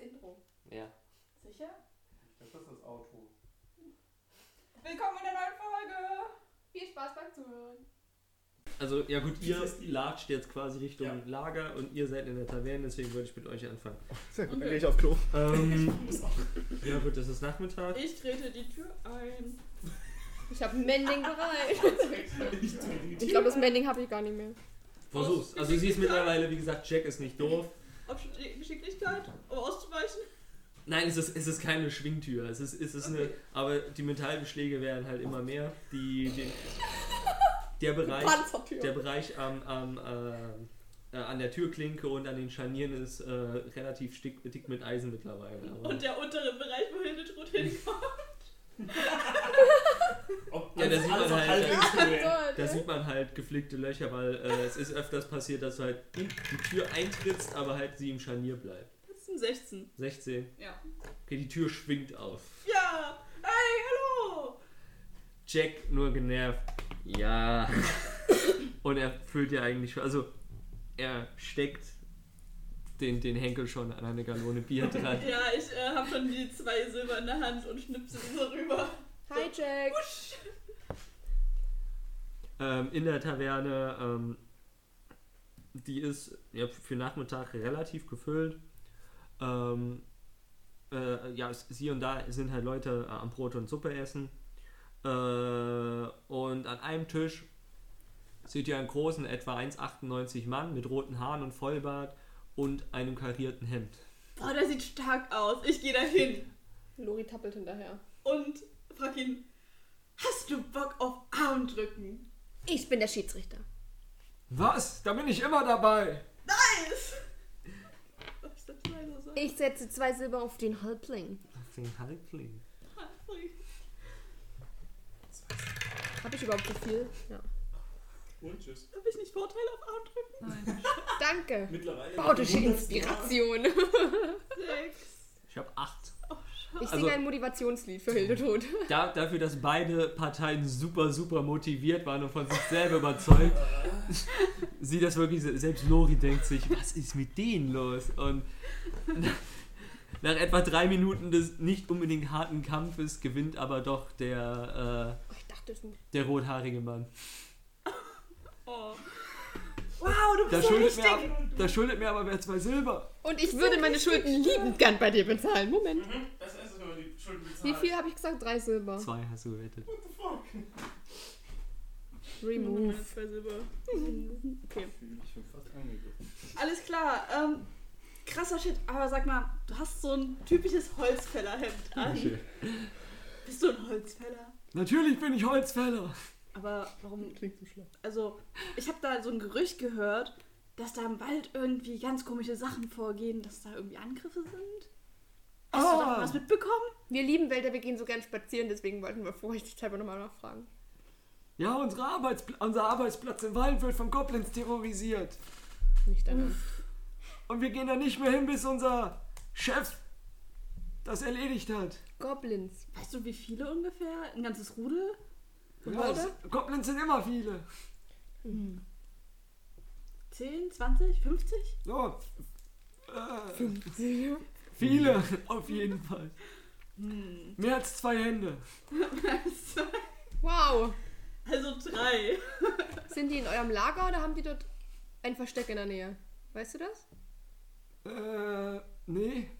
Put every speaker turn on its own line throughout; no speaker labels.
Intro.
Ja.
Sicher?
Das ist das Auto.
Willkommen in der neuen Folge! Viel Spaß beim Zuhören.
Also, ja gut, ihr latscht jetzt quasi Richtung
Ja.
Lager und ihr seid in der Taverne, deswegen wollte ich mit euch anfangen.
Oh, Sehr gut, dann
Okay.
gehe ich auf Klo.
Ähm, ja gut, es ist Nachmittag.
Ich trete die Tür ein.
Ich habe Mending bereit. Ich glaube, das Mending habe ich gar nicht mehr.
Versuch's. Also sie ist mittlerweile, wie gesagt, Jack ist nicht doof.
Auf Sch- Geschicklichkeit, um auszuweichen.
Nein, es ist, es ist keine Schwingtür. Es ist, es ist eine,
Okay.
aber die Metallbeschläge werden halt immer mehr. Die, die, der Bereich,
Panzertür.
der Bereich am, am, äh, äh, an der Türklinke und an den Scharnieren ist äh, relativ dick, dick mit Eisen mittlerweile. Aber-
Und der untere Bereich, wo Hildetrud hinkommt.
Ja, da sieht man halt-
halt.
Gott,
Da
ey.
sieht man halt geflickte Löcher, weil äh, es ist öfters passiert, dass du halt in die Tür eintrittst, aber halt sie im Scharnier bleibt.
Das ist ein 16.
16.
Ja.
Okay, die Tür schwingt auf.
Ja! Hey, hallo!
Jack nur genervt. Ja. Und er fühlt ja eigentlich schon, also er steckt den, den Henkel schon an eine Gallone Bier dran.
Ja, ich äh, hab schon die zwei Silber in der Hand und schnipse sie so rüber.
Hi, Jack.
ähm, in der Taverne. Ähm, die ist ja, für Nachmittag relativ gefüllt. Ähm, äh, ja, es- hier und da sind halt Leute äh, am Brot und Suppe essen. Äh, und an einem Tisch seht ihr einen großen, etwa 1,98 Mann mit roten Haaren und Vollbart und einem karierten Hemd.
Boah, der sieht stark aus. Ich gehe da hin
Lori tappelt hinterher.
und frag ihn: Hast du Bock auf Armdrücken?
Ich bin der Schiedsrichter.
Was? Da bin ich immer dabei!
Nice! Darf ich das leiser sagen?
Ich setze zwei Silber auf den Halbling.
Auf den Halbling.
Ah, sorry.
Habe ich überhaupt so viel? Ja.
Und tschüss.
Habe ich nicht Vorteile auf Armdrücken?
Danke.
Mittlerweile.
Bautische Inspiration.
Sechs.
Ich habe acht.
Ich
Also-
singe ein Motivationslied für Hildetod.
Da, dafür, dass beide Parteien super, super motiviert waren und von sich selber überzeugt, sieht das wirklich, se- selbst Lori denkt sich, was ist mit denen los? Und nach etwa drei Minuten des nicht unbedingt harten Kampfes gewinnt aber doch der, äh,
Oh, Ich dachte, es muss.
der rothaarige Mann.
Oh. Wow, du
Da
bist so
schuldet,
richtig.
mir, ab- da schuldet mir aber wer zwei Silber.
Und ich würde meine Schulden liebend gern bei dir bezahlen. Moment.
Das ist es, wenn man die Schulden bezahlt.
Wie viel habe ich gesagt? Drei Silber.
Zwei hast du gewettet.
What the fuck?
Remove.
Okay.
Ich bin fast angegriffen.
Alles klar. Ähm, krasser Shit. Aber sag mal, du hast so ein typisches Holzfällerhemd an. Bist du ein Holzfäller?
Natürlich bin ich Holzfäller.
Aber warum? Klingt so schlecht. Also, ich habe da so ein Gerücht gehört, dass da im Wald irgendwie ganz komische Sachen vorgehen, dass da irgendwie Angriffe sind. Hast du
Ah.
davon was mitbekommen?
Wir lieben Wälder, wir gehen so gern spazieren, deswegen wollten wir vorsichtshalber nochmal nachfragen.
Ja, unsere Arbeitspl unser Arbeitsplatz im Wald wird von Goblins terrorisiert.
Nicht deine.
Und wir gehen da nicht mehr hin, bis unser Chef das erledigt hat.
Goblins.
Weißt du, wie viele ungefähr? Ein ganzes Rudel?
Was?
Goblins sind immer viele.
10, 20, 50?
So. Äh, viele, auf jeden Fall.
Hm.
Mehr als zwei Hände.
Wow.
Also drei.
Sind die in eurem Lager oder haben die dort ein Versteck in der Nähe? Weißt du das?
Äh, nee.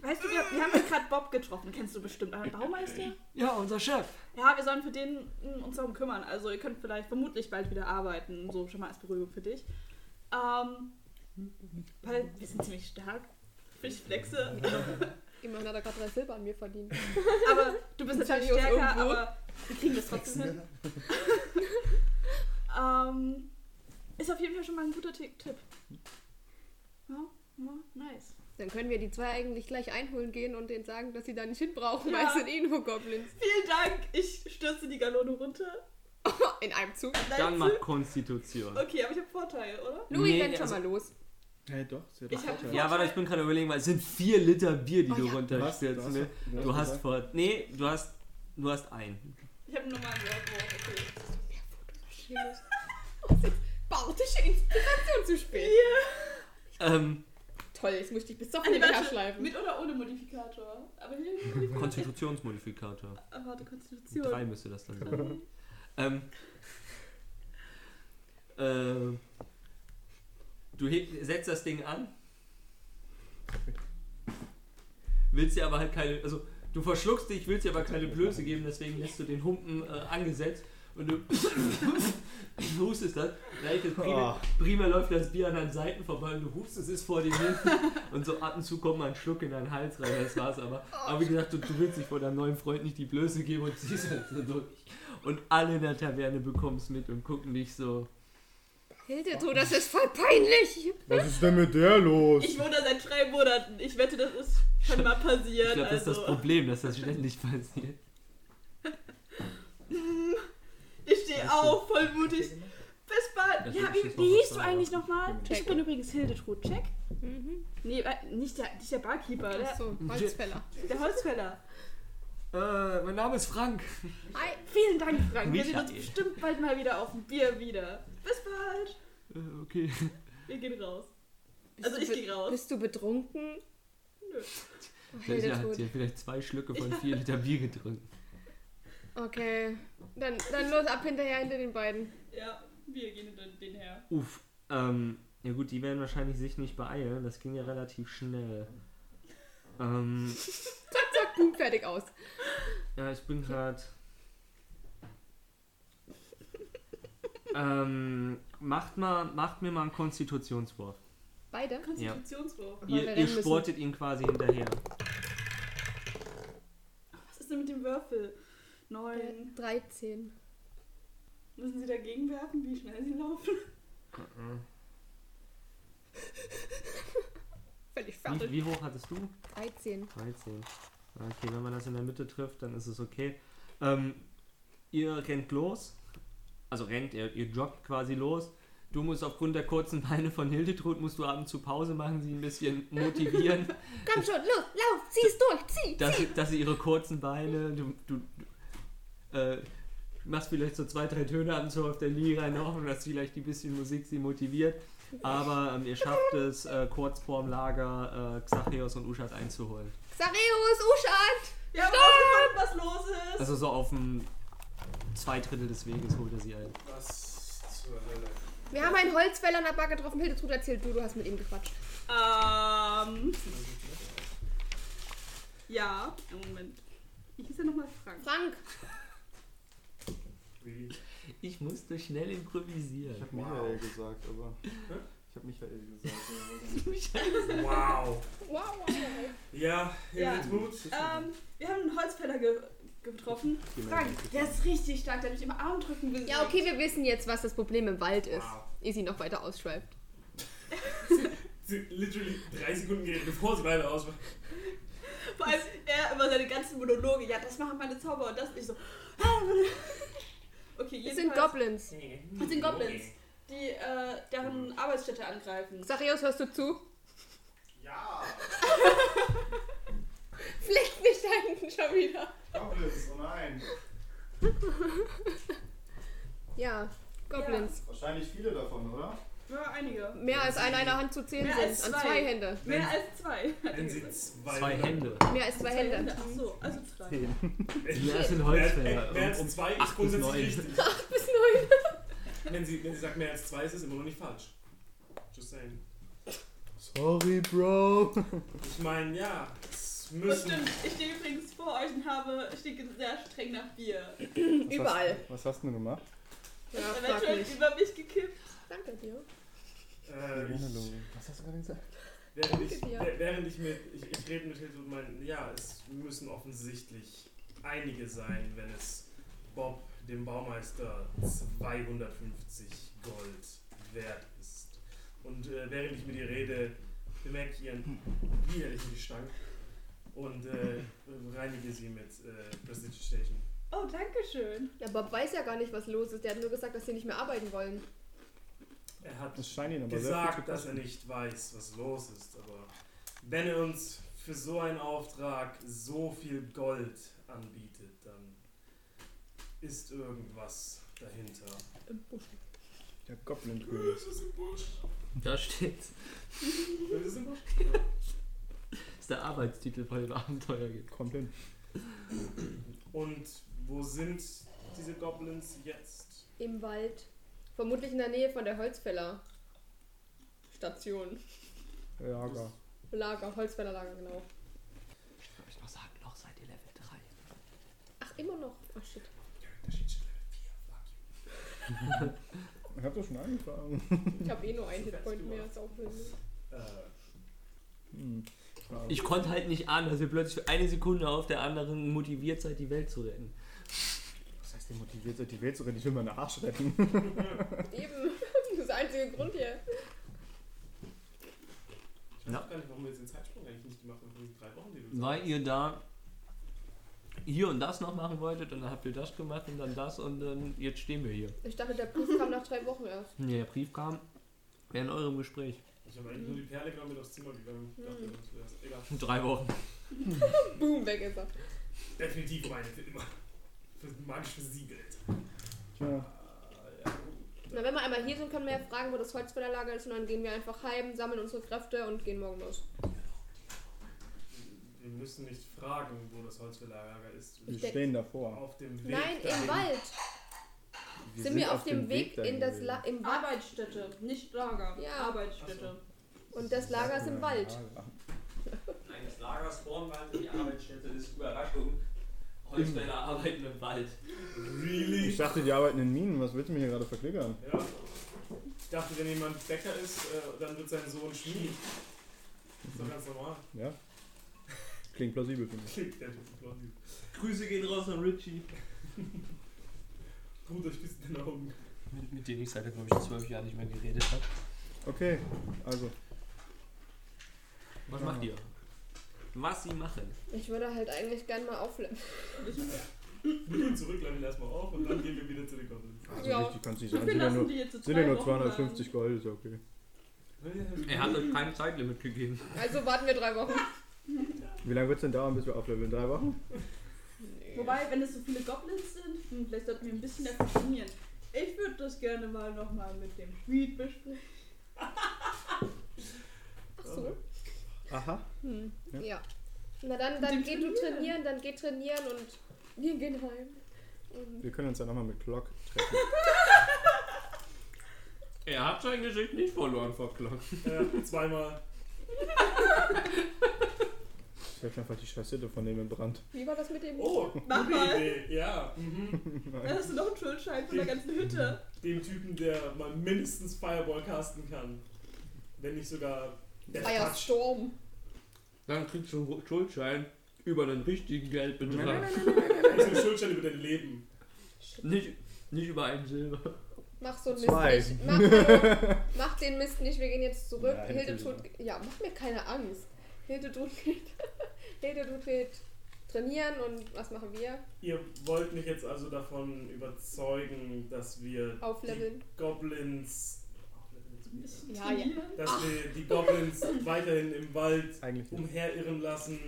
Weißt du, wir, wir haben ja gerade Bob getroffen. Kennst du bestimmt einen Baumeister?
Ja, unser Chef.
Ja, wir sollen für den mm, uns darum kümmern. Also ihr könnt vielleicht vermutlich bald wieder arbeiten. So schon mal als Beruhigung für dich. Ähm, weil wir sind ziemlich stark. Ich flexe.
Immerhin hat er gerade drei Silber an mir verdient.
Aber du bist natürlich
Seriös
stärker,
irgendwo?
aber wir kriegen das trotzdem hin. ähm, ist auf jeden Fall schon mal ein guter Ti- Tipp. Ja, ja, nice.
Dann können wir die zwei eigentlich gleich einholen gehen und denen sagen, dass sie da nicht hin brauchen,
Ja.
weil es sind eh nur Goblins.
Vielen Dank. Ich stürze die Gallone runter.
In einem Zug.
Leipzig.
Konstitution.
Okay, aber ich habe Vorteil, oder?
Louis
Nee,
rennt schon
also-
mal los.
Hey, doch, sie hat
Ich hab-
Vorteile.
Ja, warte, ich bin gerade überlegen, weil es sind vier Liter Bier, die
Oh
du
ja.
runterstürzt.
Du hast- du
ne?
hast- du
du
hast
hast vor. Nee, du hast. Du hast einen.
Ich habe einen normalen Wortwurf. Okay.
Bautische Inspiration zu spät.
Ähm,
Toll, jetzt muss ich dich besoffen
Eine
hinterher
Warte,
schleifen.
mit oder ohne Modifikator? Aber hier Modifikator.
Konstitutionsmodifikator.
Ah, Warte, Konstitution.
Drei müsste das dann sein.
Drei.
Ähm, äh, du heb, setzt das Ding an. Willst dir aber halt keine. Also, du verschluckst dich, willst dir aber keine Blöße geben, deswegen lässt du den Humpen äh, angesetzt und du hustest das. Leichtes prima, prima läuft das Bier an deinen Seiten vorbei und du hustest es vor dir hin. Und so ab und zu kommt mal ein Schluck in deinen Hals rein, das war's aber. Aber wie gesagt, du, du willst dich vor deinem neuen Freund nicht die Blöße geben und ziehst das so durch. Und alle in der Taverne bekommen es mit und gucken dich so.
Hildeto, das ist voll peinlich.
Was ist denn mit der los?
Ich wohne da seit drei Monaten. Ich wette, das ist schon mal passiert.
Ich glaube, das ist
also.
das Problem, dass das ständig passiert.
Ich stehe
Weißt du-
auf, voll mutig. Bis bald.
Das
Ja,
würde ich
wie,
jetzt noch was
wie hieß du
sagen.
eigentlich nochmal? Ich
Check.
bin übrigens Hildetrud. Check?
Mhm.
Nee, wa- nicht der, nicht der Barkeeper, der,
Achso, Holzfäller.
der Holzfäller.
Äh, mein Name ist Frank.
Ei,
Vielen Dank, Frank. Wir sehen uns
Michael.
bestimmt bald mal wieder auf dem Bier wieder. Bis bald.
Äh, okay.
Wir gehen raus.
bist
Also
du
ich
be-
gehe raus.
Bist du betrunken?
Nö.
Oh,
Der ist ja,
Hildetrud.
die hat vielleicht zwei Schlücke von vier Liter Bier getrunken.
Okay. Dann, dann los ab hinterher hinter den beiden.
Ja, wir gehen hinter den her.
Uff. Ähm, ja gut, die werden wahrscheinlich sich nicht beeilen. Das ging ja relativ schnell. Ähm,
Zack, zack, boom, fertig aus.
ja, ich bin gerade. Ähm, macht, mal, macht mir mal einen Konstitutionswurf.
Beide?
Konstitutionswurf.
Weil wir
Ihr,
rennen
ihr
müssen.
sportet ihn quasi hinterher.
Was ist denn mit dem Würfel? Neun.
13.
Müssen Sie dagegen werfen, wie schnell Sie laufen?
Völlig
Wie,
fertig.
wie hoch hattest du?
13.
13. Okay, wenn man das in der Mitte trifft, dann ist es okay. Ähm, ihr rennt los. Also rennt, ihr, ihr joggt quasi los. Du musst aufgrund der kurzen Beine von Hildetrud, musst du ab und zu Pause machen, sie ein bisschen motivieren,
Komm schon, los, lauf, zieh es durch, zieh,
dass,
zieh.
dass sie ihre kurzen Beine, du, du, du äh, machst vielleicht so zwei, drei Töne ab und zu auf der Linie rein, hoffen, dass vielleicht ein bisschen Musik sie motiviert. Aber ähm, ihr schafft es, äh, kurz vorm Lager äh, Xachios und Uschat einzuholen.
Xareus, Uschat!
Wir haben rausgefunden, was los ist.
Also so auf dem zwei Drittel des Weges holt er sie ein.
Was zur Hölle?
Wir haben einen Holzfäller an der Bar getroffen. Hildetrud erzählt du, du hast mit ihm gequatscht.
Ähm. Ja, Moment. Ich hieß ja nochmal Frank.
Frank,
Wie?
Ich musste schnell improvisieren.
habe Michael gesagt, aber. Ich habe Michael gesagt.
Wow.
wow, wow, wow.
Ja,
Ja.
ja. Gut.
Ähm, wir haben einen Holzfäller ge getroffen.
Genau.
Frank, der ist richtig stark, der hat mich im Arm drücken will.
Ja, okay, wir wissen jetzt, was das Problem im Wald ist.
Wow.
Ehe sie noch weiter ausschreibt.
Sie hat literally drei Sekunden geredet, bevor sie beide aus war.
Vor allem er über seine ganzen Monologe. Ja, das machen meine Zauber und das. Ich so. Okay,
Es
jedenfalls.
sind Goblins.
Das sind Goblins, die äh, deren Arbeitsstätte angreifen.
Xareus, hörst du zu?
Ja.
Flecht mich da hinten schon wieder.
Goblins, oh nein.
Ja, Goblins.
Wahrscheinlich viele davon, oder?
Ja, einige.
Mehr als an einer Hand zu zählen
Mehr
sind.
als
An
zwei.
zwei Hände.
Mehr als zwei.
Wenn sie zwei,
Zwei Hände.
Mehr als zwei Hände.
Ach so, also zwei.
Ja, es sind
Mehr, mehr,
Holzfäller.
mehr als
Um- um
zwei ist
acht bis neun.
grundsätzlich richtig.
Bis neun.
Wenn sie, wenn sie sagt mehr als zwei, ist es immer noch nicht falsch. Just saying.
Sorry, Bro.
Ich meine, ja, es
Das
müssen.
Oh, stimmt. Ich stehe übrigens vor euch und habe, ich denke sehr streng nach Bier.
Mhm. Überall.
Was hast du denn gemacht?
Ja, frag
Eventuell
mich.
über mich gekippt.
Danke dir.
Äh, ich,
Was hast du gerade gesagt?
während, ich,
Danke dir.
wär- während ich mit. Ich, ich rede mit Hilde und meine, ja, es müssen offensichtlich einige sein, wenn es Bob, dem Baumeister, 250 Gold wert ist. Und äh, während ich mit ihr rede, bemerke ich ihren widerlichen Gestank und äh, reinige sie mit äh, Prestidigitation.
Oh, danke schön.
Ja, Bob weiß ja gar nicht, was los ist. Der hat nur gesagt, dass sie nicht mehr arbeiten wollen.
Er hat
Das scheint ihn aber
gesagt,
sehr
dass er nicht weiß, was los ist, aber wenn er uns für so einen Auftrag so viel Gold anbietet, dann ist irgendwas dahinter.
Der Goblin-König.
um, Da steht's.
Das ist immer
Das ist der Arbeitstitel von dem Abenteuer.
Kommt hin.
Und wo sind diese Goblins jetzt?
Im Wald. Vermutlich in der Nähe von der Holzfäller. Station.
Lager.
Lager, Holzfällerlager, genau.
Ich wollte euch noch sagen, noch seid ihr Level 3.
Ach, immer noch. Ach, shit.
Da steht schon Level 4. Fuck you.
Ich hab das schon angefangen.
Ich habe eh nur einen Hitpoint mehr als auch
Äh,
Hm. Ja.
Ich konnte halt nicht ahnen, dass ihr plötzlich für eine Sekunde auf der anderen motiviert seid, die Welt zu retten.
Was heißt denn motiviert seid, die Welt zu retten? Ich will meine Arsch retten.
Eben. Das ist der einzige Grund hier.
ich weiß
Ja.
auch gar nicht, warum wir jetzt den Zeitsprung eigentlich nicht gemacht haben von diesen drei Wochen, die du gesagt
Weil ihr da hier und das noch machen wolltet und dann habt ihr das gemacht und dann das und dann jetzt stehen wir hier.
Ich dachte, der Brief kam nach drei Wochen erst.
Nee, der Brief kam während eurem Gespräch.
hast. Ich habe eigentlich nur die Perle genommen mit aufs Zimmer gegangen. Ich dachte, das wär's. Egal.
In Drei Wochen.
Boom, weg ist er.
Definitiv meine für immer. Für magisch versiegelt.
Tja,
Äh, ja.
Na, wenn wir einmal hier sind, können wir ja fragen, wo das Holzfällerlager ist und dann gehen wir einfach heim, sammeln unsere Kräfte und gehen morgen los.
Wir müssen nicht fragen, wo das Holzverlager ist.
wir
Ich denk-
stehen davor.
Auf dem Weg.
Nein, im
dahin.
Wald. Sind, wir auf dem Weg, in das La im Wald.
Arbeitsstätte, nicht Lager.
Ja.
Arbeitsstätte.
Und das Lager ist im Wald.
Eines Lagers vorm Wald, die Arbeitsstätte ist Überraschung. Holzfäller arbeiten im Wald.
Really?
Ich dachte, die arbeiten in Minen. Was willst du mir hier gerade verklickern?
Ja. Ich dachte, wenn jemand Bäcker ist, äh, dann wird sein Sohn Schmied. Das ist doch ganz normal.
Ja? Klingt plausibel für mich.
Klingt der Typ plausibel.
Grüße gehen raus an Richie.
Gut, euch bis in den Augen.
Mit, mit dem ich seit, glaube ich, zwölf Jahren nicht mehr geredet ne? habe.
Okay, also.
Was
Ja.
macht ihr? Was sie machen.
Ich würde halt eigentlich gern mal aufleveln.
Wir gehen zurück, leveln erstmal auf und dann gehen wir wieder zu den Goblins.
Also
Ja.
richtig kann es nicht
Wir
sein. Sind ja
lassen
nur,
die jetzt so
sind
drei
ja nur
Wochen
250 Gold, ist ja okay.
Er hat euch kein Zeitlimit gegeben.
Also warten wir drei Wochen.
Wie lange wird es denn dauern, bis wir aufleveln? Drei Wochen?
lang. Wobei, wenn es so viele Goblins sind, hm, vielleicht sollten wir ein bisschen dafür trainieren. Ich würde das gerne mal nochmal mit dem Schmied besprechen.
Ach so.
Aha.
Hm.
Ja.
Ja. Na dann, dann
Mit dem
geh du trainieren, dann geh trainieren und wir gehen heim. Und
Wir können uns ja nochmal mit Glock treffen.
Er hat sein Gesicht nicht verloren vor Glock.
Ja, Äh, zweimal.
Ich werfe einfach die Scheißhütte von dem in Brand.
wie war das mit dem?
Oh,
Mach
gute
mal.
Idee. Ja. Mhm.
Dann hast du noch einen Schuldschein von der ganzen Hütte.
Dem Typen, der mal mindestens Fireball casten kann. Wenn nicht sogar der Touch.
Firestorm.
Dann kriegst du einen Schuldschein über den richtigen Geldbetrag.
Das ist ein Also Schuldschein über dein Leben.
Nicht, nicht über einen Silber.
Mach so einen
Zwei.
Mist nicht. Mach, den- mach den Mist nicht, wir gehen jetzt zurück.
Nein,
Hildetrud. Ja, mach mir keine Angst. Hildetrud geht. Hildetrud geht trainieren und was machen wir?
Ihr wollt mich jetzt also davon überzeugen, dass wir
Aufleveln.
die Goblins. Aufleveln ist weird.
Ja, ja.
dass wir die Goblins weiterhin im Wald
Eigentlich nicht.
umherirren lassen,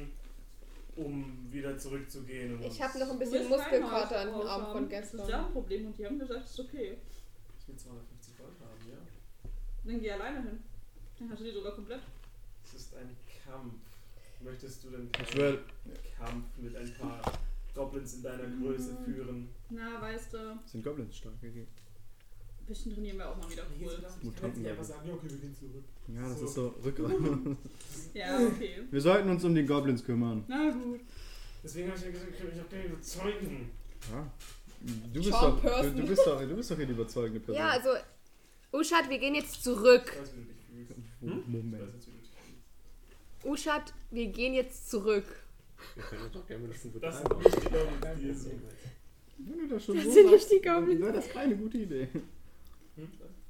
um wieder zurückzugehen. Und
Ich habe noch ein
Du
bisschen
wirst kein Haus
Muskelkater an dem Arm
raushaben.
von
Das ist ja
gestern.
ein Problem und die haben gesagt, es ist okay.
Ich will 250 Gold haben, ja.
Dann geh alleine hin. Dann hast du die sogar komplett.
Es ist ein Kampf. Möchtest du den
Ich will.
Kampf mit ein paar Goblins in deiner Größe führen?
Na, weißt du, ein
Sind Goblins stark? Okay.
bisschen trainieren wir auch mal wieder. Cool.
Ich kann jetzt nicht einfach sagen, ja, okay, wir gehen zurück.
Ja, das
So.
ist so Rückgrat.
Ja, okay.
Wir sollten uns um die Goblins kümmern.
Na gut.
Deswegen habe ich ja gesagt, ich kann mich auch gerne überzeugen.
Ja. Du, bist
Charm
doch, du,
person.
du, bist doch, du bist doch hier die überzeugende Person.
Ja, also. Uschat, wir gehen jetzt
Ich
zurück.
weiß, wie du dich fühlst.
Mo-
Ich weiß
Oh, Moment.
jetzt, wie du dich fühlst.
Uschat, wir gehen jetzt zurück.
Wir können uns doch gerne mit dem
Das sind nicht die Goblins, die hier sind.
Wenn du das schon
Das
so
sind
machst,
nicht die
dann
Goblins.
wäre das keine gute Idee.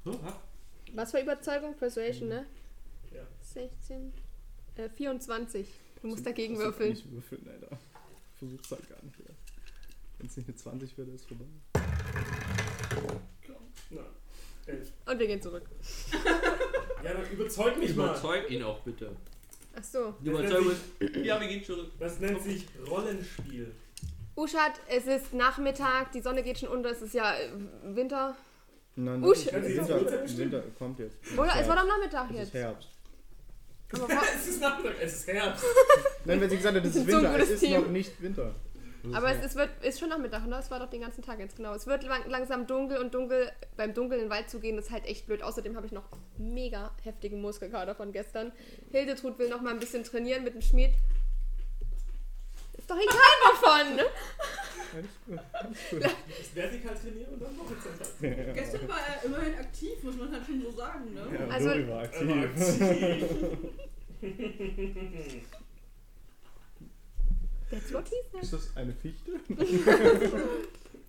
Hm?
Was für Überzeugung? Persuasion, ne?
Ja.
16. Äh, 24. Du musst dagegen
Hast du
würfeln.
Also Nicht würfeln, Alter. Versuch's halt gar nicht. Wenn es nicht eine 20 wäre, ist vorbei.
Na, elf.
Und wir gehen zurück.
Ja, dann überzeug mich mal.
Überzeug ihn auch bitte.
Ach so.
Überzeug Ja, wir gehen zurück.
Das nennt sich Rollenspiel.
Uschat, es ist Nachmittag, die Sonne geht schon unter, es ist ja äh, Winter.
Nein,
Uh,
das ist
shit.
Winter, Winter kommt jetzt.
Oder es war doch Nachmittag
Es ist
jetzt.
Herbst.
Aber vor,
Es ist Nachmittag, es ist Herbst.
Nein, wenn sie gesagt hat, es ist
sind so ein
Winter, es
gutes
ist
Team.
noch nicht Winter.
aber es ist, wird, ist schon Nachmittag, oder? Es war doch den ganzen Tag jetzt, genau. Es wird lang, langsam dunkel und dunkel. Beim Dunkeln in den Wald zu gehen, ist halt echt blöd. Außerdem habe ich noch mega heftigen Muskelkater von gestern. Hildetrud will noch mal ein bisschen trainieren mit dem Schmied. Ist doch egal wovon! ne?
Alles gut, alles gut.
Ist vertikal trainieren und dann horizontal.
Gestern war er immerhin aktiv, muss man halt schon so sagen, ne?
Ja,
Also-
Dori war
Aber
aktiv.
aktiv.
That's what he said.
Ist das eine Fichte?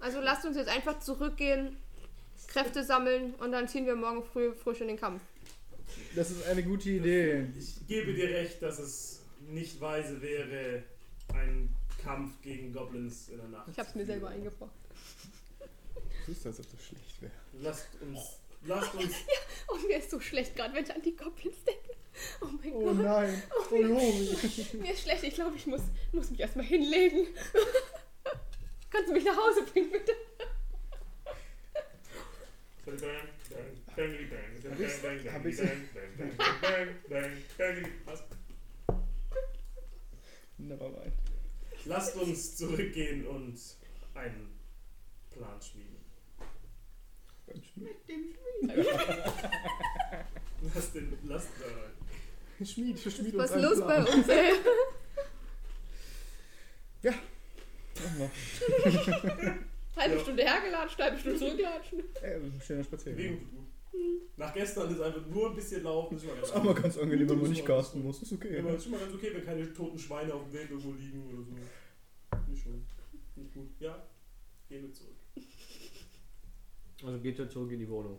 Also lasst uns jetzt einfach zurückgehen, Kräfte sammeln und dann ziehen wir morgen früh frisch in den Kampf.
Das ist eine gute Idee.
Ich gebe dir recht, dass es nicht weise wäre, einen Kampf gegen Goblins in der Nacht.
Ich hab's mir selber eingebracht.
Du bist, als ob das schlecht wäre.
Lasst uns. Lasst uns.
Und mir ist so schlecht gerade, wenn ich an die Goblins denke. Oh mein
Oh
Gott,
nein, oh Lori.
mir ist schlecht. Ich glaube, ich muss, muss mich erstmal hinlegen. Kannst du mich nach Hause bringen, bitte?
Hab ich's-
Was?
Nevermind.
Lasst uns zurückgehen und einen Plan schmieden.
Beim Schmied.
Mit dem Schmied.
Lasst den. Lasst. Äh,
Schmied, Schmied
Was
uns einen
los bei
Plan.
uns, ey?
Machen wir.
Halbe
Ja.
Stunde hergelatscht, halbe Stunde zurückgelatscht.
Ey, also, schöner Spaziergang.
Wegen- Nach gestern ist einfach nur ein bisschen laufen. Ist schon mal ganz
Ist auch mal ganz angenehm, wenn man
Ist
nicht
mal-
casten muss. Ist okay. ne?
Ja, aber ist schon mal ganz okay, wenn keine toten Schweine auf dem Weg irgendwo liegen oder so. Nicht schön. Nicht gut. Ja, gehen wir zurück.
Also geht er zurück in die Wohnung.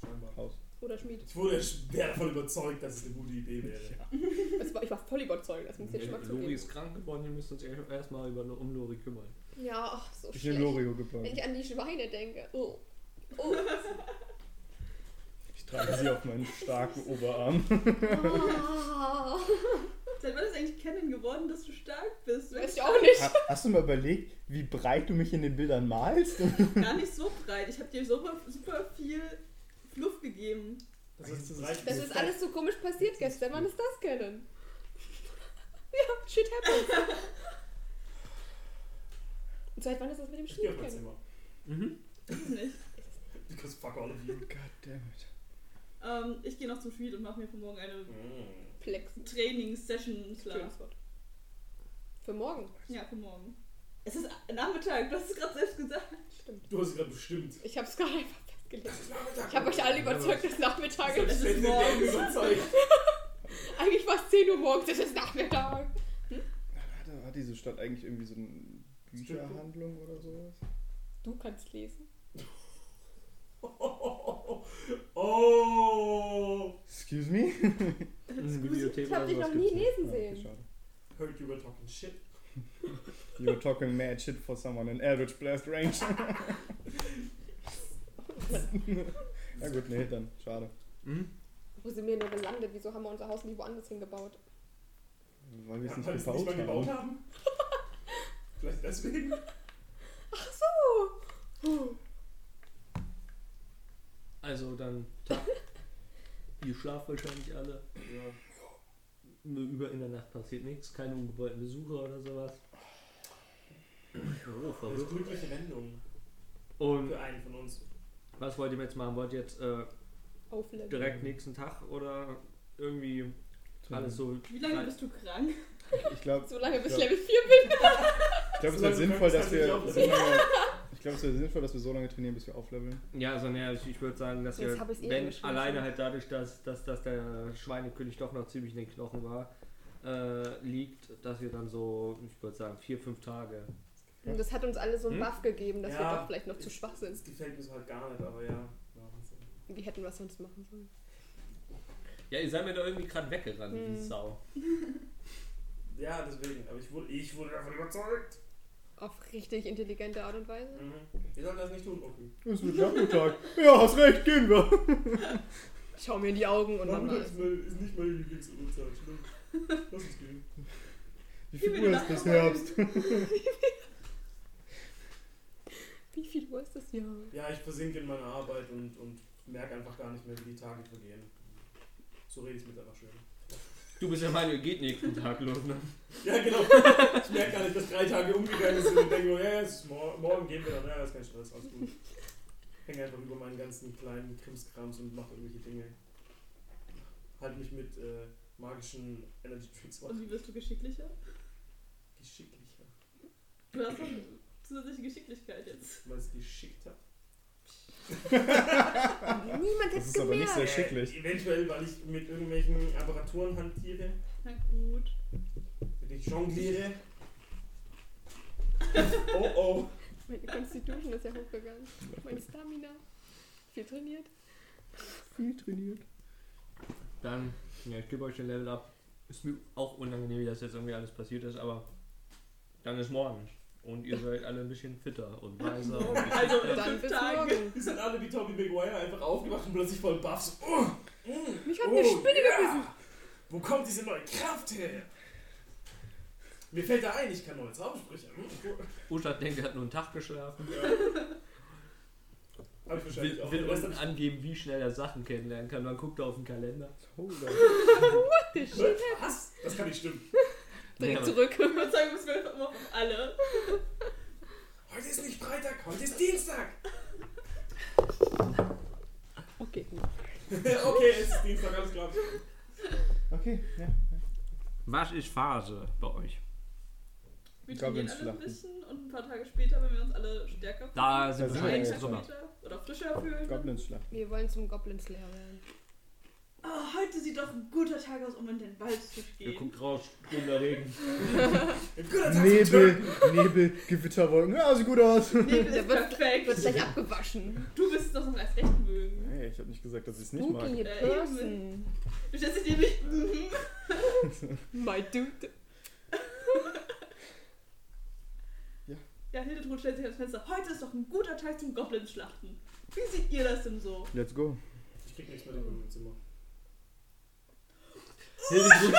Scheinbar.
Haus.
Oder Schmied.
Ich wurde schwer davon überzeugt, dass es eine gute Idee wäre.
Es war, ich war voll überzeugt, das muss ich jetzt schon mal
Äh, Lori
zugeben.
ist krank geworden, wir müssen uns erstmal über, um Lori kümmern.
Ja, ach, so
Ich
schlecht.
nehme Lorio
Wenn
geplant.
ich an die Schweine denke. Oh. Oh.
Ich trage sie auf meinen starken Oberarm.
Ah.
Seit wann ist eigentlich kennen geworden, dass du stark bist?
Weiß ich auch nicht.
Ha- Hast du mal überlegt, wie breit du mich in den Bildern malst?
Gar nicht so breit. Ich habe dir super, super viel Fluff gegeben.
Das ist zu
Das ist alles so komisch passiert gestern. Wann ist das kennen? Ja, shit happens. Und seit wann ist das mit dem
Ich gehe
Schmied
auf mein
kennen?
Zimmer.
Mhm.
Weiß ich nicht.
Because fuck all of you.
Goddammit.
Ähm, ich gehe noch zum Schmied und mache mir für morgen eine
Mm.
Plexen.
Trainingssession klar.
Schönes Wort. Für morgen.
Ja, für morgen. Es ist Nachmittag, du hast es gerade selbst gesagt.
Stimmt.
Du hast es gerade bestimmt.
Ich hab's gerade einfach festgelegt. Ich habe euch alle überzeugt, dass Nachmittag
Das
ist.
Es ist
ist morgen.
morgen.
überzeugt.
Eigentlich war es 10 Uhr morgens, es ist Nachmittag.
Hat, hat diese Stadt eigentlich irgendwie so eine Bücherhandlung oder sowas?
Du kannst lesen.
Oh,
Excuse me?
Eine Bibliothek
Ich habe
oder
dich
sowas
noch nie
gibt's nicht.
lesen
okay,
sehen.
schade.
heard you were talking shit.
You're talking mad shit for someone in average blast range. Na gut, nee, dann. Schade.
Mhm.
Wo sind wir nur gelandet? Wieso haben wir unser Haus nicht woanders hingebaut?
Weil wir es nicht
Weil wir es
gebaut
mal gebaut
haben.
haben. Vielleicht deswegen.
Ach so. Puh.
Also dann, Tag. ihr schlaft wahrscheinlich alle.
Ja.
Nur Über in der Nacht passiert nichts, keine ungewollten Besucher oder sowas. Oh,
Das ist
verrückt.
glückliche Wendung
Und
für einen von uns.
was wollt ihr jetzt machen? Wollt ihr jetzt äh,
Aufleveln.
direkt nächsten Tag oder irgendwie alles so?
Wie lange bist du krank?
Ich glaube,
So lange bis
Ja.
Level 4 bin.
ich glaub, es
Solange
wäre
du
sinnvoll,
kannst,
dass
kannst du
wir
dich
so lange. Ich glaube, es wäre sinnvoll, dass wir so lange trainieren, bis wir aufleveln.
Ja, also naja, ich, ich würde sagen, dass
Jetzt
ihr,
hab ich's eh
wenn
angeschmissen.
alleine halt dadurch, dass, dass, dass der Schweinekönig doch noch ziemlich in den Knochen war, äh, liegt, dass ihr dann so, ich würde sagen, vier, fünf Tage.
Und das hat uns alle so einen
Hm?
Buff gegeben, dass wir
Ja.
doch vielleicht noch zu schwach sind.
Das gefällt mir so halt gar nicht, aber ja. ja so.
Wir hätten was sonst machen sollen.
Ja, ihr seid mir da irgendwie gerade weggerannt,
Hm.
wie Sau.
Ja, deswegen. Aber ich wurde, ich wurde davon überzeugt.
Auf richtig intelligente Art und Weise.
Mhm. Wir sollten das nicht tun, okay.
Es wird Nachmittag. Ja, hast recht, gehen wir.
Schau mir in die Augen und dann mal.
Nachmittag ist, meine, ist nicht meine Lieblingsuhrzeit. Schlimm. Lass uns gehen.
Wie
Gehen
viel
wir
Uhr
nach
ist bis
Hause.
Herbst?
Wie viel Uhr ist es? Ja.
Ja, ich versinke in meiner Arbeit und, und merke einfach gar nicht mehr, wie die Tage vergehen. So rede ich es mit einfach schön.
Du bist ja Manuel, geht nächsten Tag los, ne?
Ja, genau. Ich merke gar nicht, dass drei Tage umgegangen sind und denke, mir, ja, es ist mor morgen gehen wir dann. Ja, ist kein Stress, alles gut. Hänge einfach über meinen ganzen kleinen Krimskrams und mache irgendwelche Dinge. Halte mich mit äh, magischen Energy Tricks wach.
Und wie wirst du geschicklicher?
Geschicklicher.
Du hast doch zusätzliche Geschicklichkeit jetzt.
Weil es geschickter.
Niemand hätte
Das
es
ist aber nicht
gemerkt.
sehr schicklich.
Äh, eventuell, weil ich mit irgendwelchen Apparaturen hantiere,
Na gut.
mit denen ich jongliere. Oh oh.
Meine Constitution ist ja hochgegangen. Meine Stamina. Viel trainiert.
Viel trainiert.
Dann, ja, ich gebe euch den Level ab. Ist mir auch unangenehm, wie das jetzt irgendwie alles passiert ist, aber dann ist morgen. Und ihr seid alle ein bisschen fitter und weiser. und
Also in
Dann
fünf
bis
Tagen.
morgen.
Die sind alle wie Toby Maguire einfach aufgewacht und plötzlich voll buff. So, oh, mm,
Mich hat eine
Oh,
Spinne gebissen.
Wo kommt diese neue Kraft her? Mir fällt da ein, ich kann neue Zaubersprüche. Hm, cool.
Uschat denkt, er hat nur einen Tag geschlafen.
Hab ich wahrscheinlich
Will,
auch.
will
Den Rest
uns
hab ich-
angeben, wie schnell er Sachen kennenlernen kann. Dann guckt er auf den Kalender.
Was? Das kann nicht stimmen.
Direkt
Ja.
Ich
zurück.
würde sagen, bis 12 Uhr machen alle.
Heute ist nicht Freitag, heute ist Dienstag.
Okay.
okay, es ist Dienstag, alles klar.
Okay, ja.
Was ist Phase bei euch?
Wir
Ich glaub,
trainieren alle
wir
ein
schlafen.
bisschen und ein paar Tage später, wenn wir uns alle stärker fühlen.
Da sind wir
Da sind
schon
wir
einen
längst
jetzt.
Tag
im Sommer.
später oder frischer fühlen.
Goblins-Schlacht.
Wir wollen zum Goblins leer werden.
Oh, heute sieht doch ein guter Tag aus, um in den Wald zu
Ihr
gehen.
guckt raus, strömender Regen.
Guter Tag zum
Nebel,
Töten.
Nebel, Gewitterwolken. Ja, sieht gut aus.
Nebel
Der
ist
wird- Wird
perfekt.
gleich abgewaschen.
Du bist es doch noch als recht mögen.
Hey, ich habe nicht gesagt, dass ich es nicht mag.
Spooky
Äh, eben.
person.
Du stellst dich nämlich. Mhm.
My dude.
Ja, Hildetrud stellt sich ans Fenster. Heute ist doch ein guter Tag zum Goblin-Schlachten. Wie seht ihr das denn so?
Let's go.
Ich krieg nichts mehr davon im Zimmer.
Hildebrut,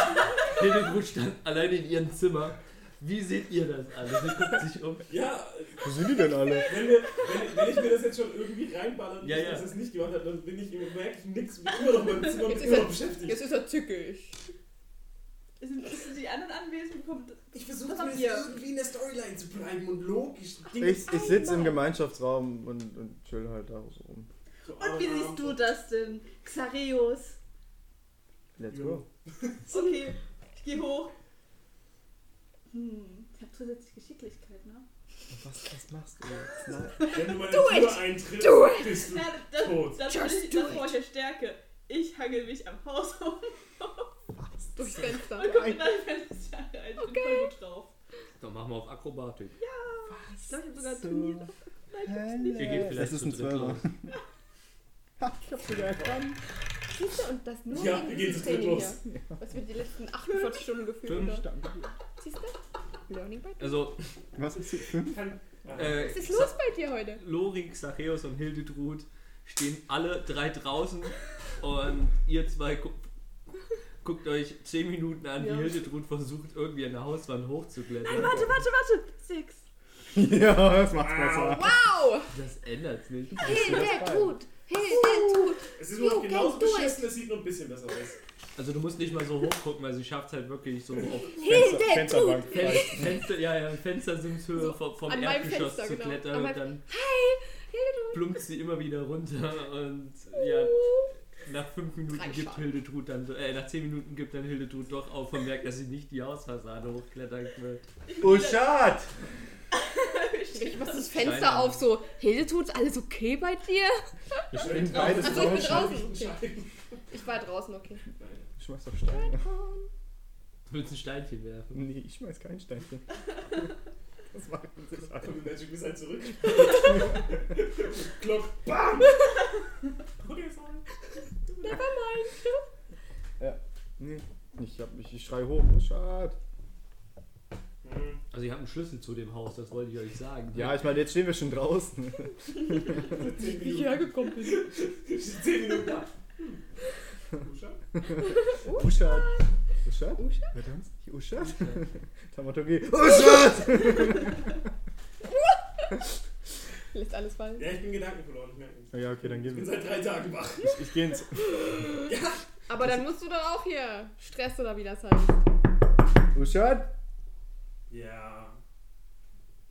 Hildebrut stand allein in ihrem Zimmer. Wie seht ihr das alles? Sie guckt sich um.
Ja,
Wo sind die denn alle?
wenn, wir, wenn, wenn ich mir das jetzt schon irgendwie reinballern
Ja,
dass
ja.
ich das nicht gemacht habe, dann bin ich merke ich nichts, bin immer noch mit dem Zimmer, bin
Jetzt ist
immer noch
er-
beschäftigt.
Jetzt ist er zückig.
Sind, sind die anderen anwesend? Kommt,
Ich versuche
Was habt ihr?
irgendwie in der Storyline zu bleiben und logisch Dinge
Ich, ich sitze im Gemeinschaftsraum und, und chill halt da so rum.
zu
und wie siehst du das denn? Xareus.
Let's
Jo.
go.
Okay, ich geh hoch. Hm, ich hab zusätzlich Geschicklichkeit, ne?
Was, was machst du jetzt? Nein.
Wenn du meine
Do it!
Tür eintrittst,
Do it!
bist du
Ja, das,
tot.
das, das,
Hm. Oh, Just
ich,
do
das brauche ich ja Stärke. Ich hangel mich am Haus um und
Durchs Fenster.
guck in alle Fenster rein. Ich bin voll gut drauf.
Dann machen wir auf Akrobatik.
Ich glaube, ich hab sogar ein
So.
Turnier.
Ihr geht vielleicht
Das ist ein
zu dritt ne?
Zwölfer.
los.
Ich hab sogar erkannt. Siehst du, und das nur
Ja,
wegen
wir gehen
diesem
zu dritt
Training
los.
hier. Was wir die letzten 48 Stunden gefühlt
Fünf
haben.
Danke.
Siehst du? Learning by doing.
Also,
Was ist hier?
Kann, ja.
äh,
Was ist los bei dir heute?
Lori, Xacheus und Hildetrud stehen alle drei draußen und ihr zwei gu guckt euch 10 Minuten an,
Ja.
wie Hildetrud versucht, irgendwie an der Hauswand hochzuklettern.
Nein, warte, warte, warte. Six.
Ja, das macht's
Ah,
besser.
Wow!
Das ändert's nicht.
Hilde tut! Hilde tut!
es ist nur noch
you can
genauso
do
beschissen, es sieht nur ein bisschen besser aus.
Also du musst nicht mal so hoch gucken, weil sie schafft halt wirklich so auf
Fenster,
Hilde
Fensterbank.
Fen
vielleicht.
Fenster, ja, ja, Fenstersimshöhe
So,
vom, vom
an meinem
Erdgeschoss
Fenster,
zu
genau.
klettern
An
und
meinem-
dann
Hilde
plumpt sie immer wieder runter und
tut!
ja, nach fünf Minuten
Drei
gibt
Schaden.
Hildetrud dann, äh, nach zehn Minuten gibt dann Hildetrud doch auf und merkt, dass sie nicht die Hausfassade hochklettern will.
Oh, Uschat!
Ich mach das
Steine.
Fenster auf, so, Hilde tut's, alles okay bei dir?
Wir springen beides
Also ich bin
raus.
draußen. Okay.
Schein.
Ich war draußen, okay.
Ich schmeiß doch Steine.
Willst ein Steinchen werfen?
Nee, ich schmeiß kein Steinchen. Das macht man sich
Komm,
ein.
Magic Missile halt zurück. Glock, bam! Okay, sorry.
Nee, ich, hab, ich, ich schrei hoch. Oh, Uschat!
Hm.
Also ihr habt einen Schlüssel zu dem Haus, das wollte ich euch sagen.
Ja, ich meine, jetzt stehen wir schon draußen.
Zehn
Wie ich
Minuten.
hergekommen bin.
Zehn Minuten ab. Duscher?
Uschat! Uschat?
Uschat?
Wer tanzt? Uschat? Oh,
Uschat.
Tamaturgie. Uschat!
Lässt alles fallen.
Ja, ich bin Gedanken verloren, ich merke es.
Ja, okay, dann
Ich
gehen
bin
wir.
seit drei Tagen wach.
Ich, ich gehe ins.
Aber dann musst du doch auch hier Stress oder wie das heißt.
Richard,
Ja.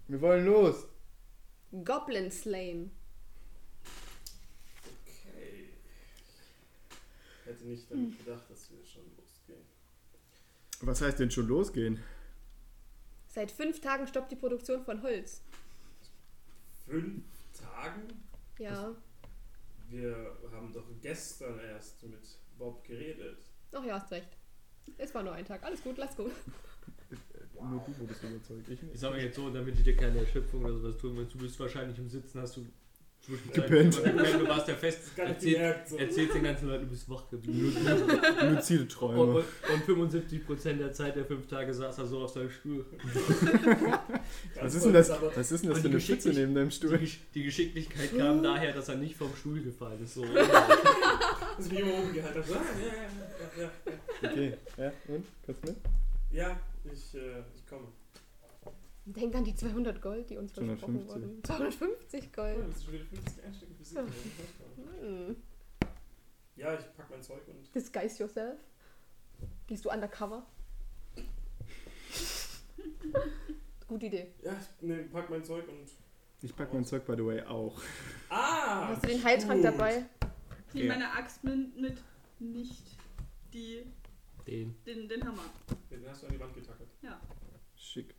wir wollen los.
Goblin Slain.
Okay. Hätte nicht damit
Hm.
gedacht, dass wir schon losgehen.
Was heißt denn schon losgehen?
Seit fünf Tagen stoppt die Produktion von Holz.
Fünf Tagen?
Ja.
Wir haben doch gestern erst mit Bob geredet.
Ach ja, hast recht. Es war nur ein Tag. Alles gut, lass gut.
Nur du wurdest überzeugt, ich
Ich
nicht.
sag mal jetzt so, damit ich dir keine Erschöpfung oder sowas tun will. Du bist wahrscheinlich im Sitzen, hast du zwischenzeitlich
Gepennt.
immer gepennt, Du warst ja fest.
Das gar nicht
Erzähl,
gemerkt. So.
erzählst den ganzen Leuten, du bist wach geblieben.
Luzide
Und,
Träume.
und, und 75% der Zeit der fünf Tage saß er so auf seinem Stuhl.
Was ist denn das,
Aber
was ist denn das
Und
für
die
eine Spitze
Geschichte-
neben deinem
Die,
Stuhl?
Gesch- die Geschicklichkeit kam daher, dass er nicht vom Stuhl gefallen ist. So.
das ist mich immer umgehalten. hat. So, ah, Ja, ja, ja, ja, ja.
Okay, ja, und? Kannst du mit?
Ja, ich, äh, ich komme.
Denk an die 200 Gold, die uns versprochen
250.
wurden. 250
Oh,
Gold.
das ist schon wieder 50 Einstecken für Sicherheit.
Hm.
Ja, ich pack mein Zeug und.
Disguise yourself. Gehst du undercover? Gute Idee.
Ja, ich ne, pack mein Zeug und.
Ich pack mein Zeug, by the way, auch.
Ah!
Hast du den Heiltrank
gut.
dabei?
Ich nehme
Ja.
meine Axt mit, mit nicht die,
Den.
den, den Hammer.
Den hast du an die Wand getackert.
Schick.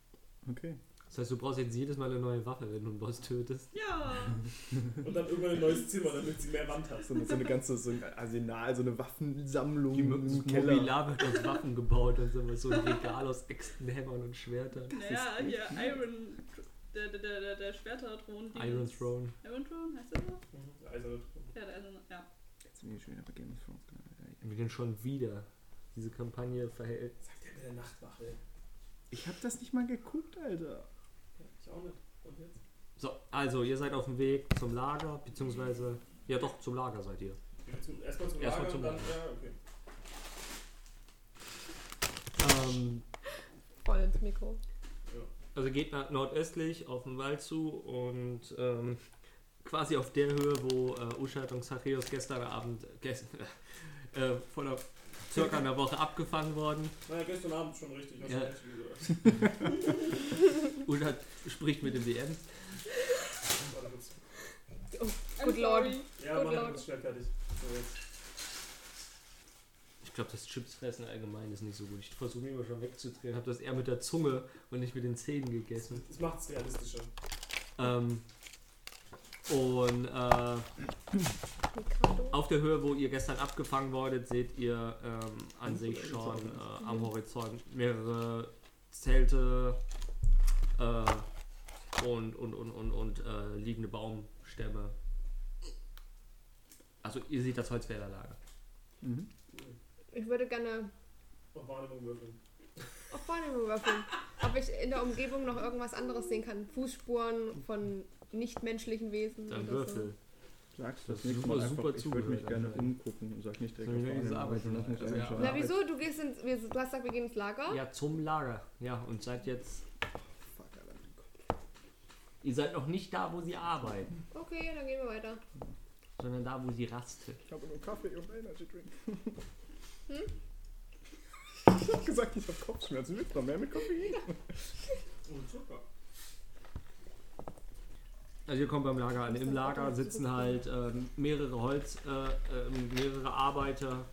Okay.
Das heißt, du brauchst jetzt jedes Mal eine neue Waffe, wenn du einen Boss tötest.
Ja.
Und dann irgendwann ein neues Zimmer, damit sie mehr Wand hast.
So eine, so eine ganze, so ein Arsenal, so eine Waffensammlung
Die
im Keller.
Mobilar wird aus Waffen gebaut und sowas. So ein Regal aus Äxten, Hämmern und Schwertern.
Naja, hier Iron. Der, der, der, der, der Schwerterthron. die-
Iron Throne.
Iron Throne, heißt der so?
Mhm, Eiserne Truhe.
Ja, der Eiserne. Ja.
Jetzt bin ich schon wieder bei Game of Thrones gelandet. ey.
Wir denn schon wieder diese Kampagne verhält.
Sagt der mit der Nachtwache.
Ich hab das nicht mal geguckt, Alter.
Ja, ich auch nicht. Und jetzt?
So, also ihr seid auf dem Weg zum Lager, beziehungsweise. Ja doch, zum Lager seid ihr.
Ja, zum- Erstmal zum
Erstmal
Lager
zum
und dann.
Lager.
Ja, okay.
Ähm,
Voll ins Mikro.
also geht nach nordöstlich auf den Wald zu und ähm, quasi auf der Höhe, wo äh, Uschat und Zachäus gestern Abend gest äh, vor einer, circa einer Woche abgefangen worden.
Naja, gestern Abend schon richtig. Hast
Ja.
du richtig gesagt.
Uschat spricht mit dem DM.
Warte kurz.
Good
I'm
Lord.
sorry.
Ja,
Gut,
mach
Leute.
das schnell fertig. So, jetzt.
Ich glaube, das Chipsfressen allgemein ist nicht so gut. Ich versuche immer schon wegzudrehen, habe das eher mit der Zunge und nicht mit den Zähnen gegessen.
Das macht's realistischer.
Ähm, und äh,
Mikado.
Auf der Höhe, wo ihr gestern abgefangen wurdet, seht ihr ähm, an sich schon äh, am Horizont mehrere Zelte äh, und, und, und, und, und äh, liegende Baumstämme. Also ihr seht das Holzfällerlager.
Mhm.
Ich würde gerne
Auf Wahrnehmung würfeln.
auf Wahrnehmung würfeln. Ob ich in der Umgebung noch irgendwas anderes sehen kann. Fußspuren von nichtmenschlichen Wesen.
Dann
oder
würfel.
Sagst
Das ist super, super
ich würde mich
zugehört,
gerne
Alter.
umgucken und sag nicht direkt
Soll ich
auf
wenigstens
Wahrnehmung,
arbeiten
sondern das muss
lassen?
eigentlich
Ja.
So.
schon
Na
arbeiten.
wieso? Du gehst ins. wir- Du hast gesagt, wir gehen ins Lager?
Ja, zum Lager. Ja, und seid jetzt.
Fuck, Alter.
Ihr seid noch nicht da, wo sie arbeiten,
Okay, dann gehen wir weiter.
sondern da, wo sie rastet.
Ich habe nur Kaffee und Energy Drink. Ich hab gesagt, ich habe Kopfschmerzen. Willst du noch mehr mit Koffein?
Und Zucker.
Also ihr kommt beim Lager an. Im Lager sitzen halt ähm, mehrere Holz, äh, ähm, mehrere Arbeiter.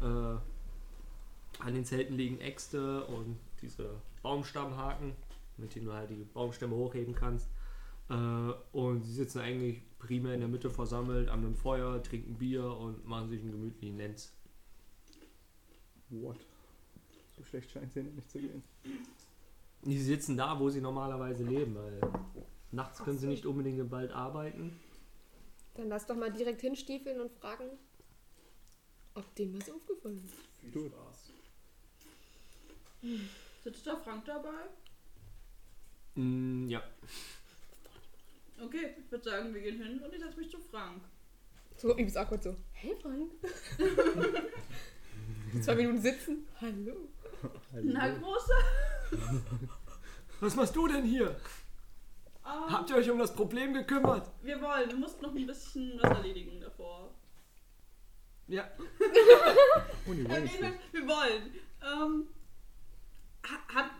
Äh, an den Zelten liegen Äxte und diese Baumstammhaken, mit denen du halt die Baumstämme hochheben kannst. Äh, und sie sitzen eigentlich primär in der Mitte versammelt an einem Feuer, trinken Bier und machen sich einen gemütlichen Lenz.
What? So schlecht scheint es nicht zu gehen.
Die sitzen da, wo sie normalerweise leben, weil nachts
Ach
können sie
so.
nicht unbedingt im Wald arbeiten.
Dann lass doch mal direkt hinstiefeln und fragen, ob dem was aufgefallen ist.
Viel
Gut.
Spaß.
Sitzt da Frank dabei?
Mm, ja,
Okay, ich würde sagen, wir gehen hin und ich setze mich zu Frank.
So übelst awkward so. Hey Frank. Zwei Minuten sitzen. Hallo.
Na, großer.
was machst du denn hier?
Ah,
Habt ihr euch um das Problem gekümmert?
Wir wollen, wir mussten noch ein bisschen was erledigen davor.
Ja.
Oh, die wollen
Äh,
nicht
wir,
mehr.
wir wollen. Ähm, ha- hat,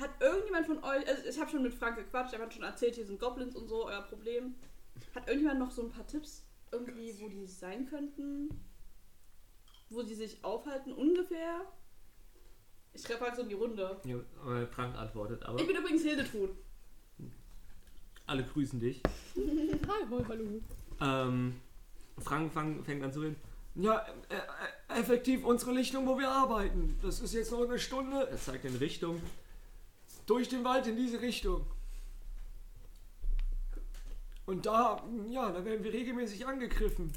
hat irgendjemand von euch, also ich habe schon mit Frank gequatscht, er hat schon erzählt, hier sind Goblins und so, euer Problem. Hat irgendjemand noch so ein paar Tipps, irgendwie, wo die sein könnten? Wo sie sich aufhalten, ungefähr? Ich frage so in die Runde.
ja aber Frank antwortet, aber
Ich bin übrigens Hildetrud.
alle grüßen dich.
Hi, hoi, hallo.
Ähm, Frank fang, fängt an zu reden. Ja, äh, äh, effektiv unsere Lichtung, wo wir arbeiten. Das ist jetzt noch eine Stunde. Er zeigt in Richtung. Durch den Wald in diese Richtung. Und da, ja, da werden wir regelmäßig angegriffen.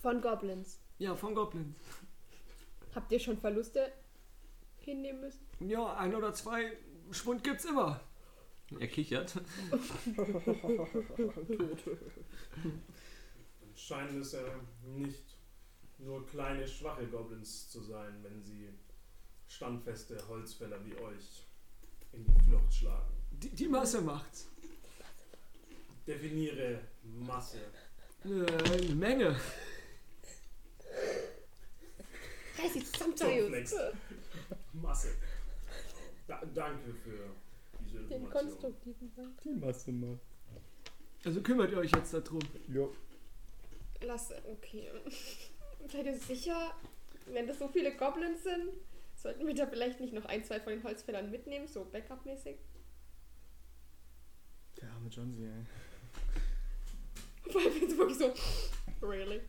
Von Goblins.
Ja, von Goblins.
Habt ihr schon Verluste hinnehmen müssen?
Ja, ein oder zwei Schwund gibt's immer. Er kichert.
Scheinen es ja nicht nur kleine, schwache Goblins zu sein, wenn sie standfeste Holzfäller wie euch in die Flucht schlagen.
Die, die Masse macht's.
Definiere Masse.
Äh, Eine Menge.
Reiß dich zusammen,
Zopflex.
Darius.
Masse. Da, danke für diese
Den
Information.
konstruktiven Wald.
Die Masse mal.
Also kümmert ihr euch jetzt darum.
Jo.
Lass, okay. Seid ihr sicher, wenn das so viele Goblins sind, sollten wir da vielleicht nicht noch ein, zwei von den Holzfällern mitnehmen, so Backup-mäßig?
Der arme Johnsy, ey.
Weil wir jetzt wirklich so, really?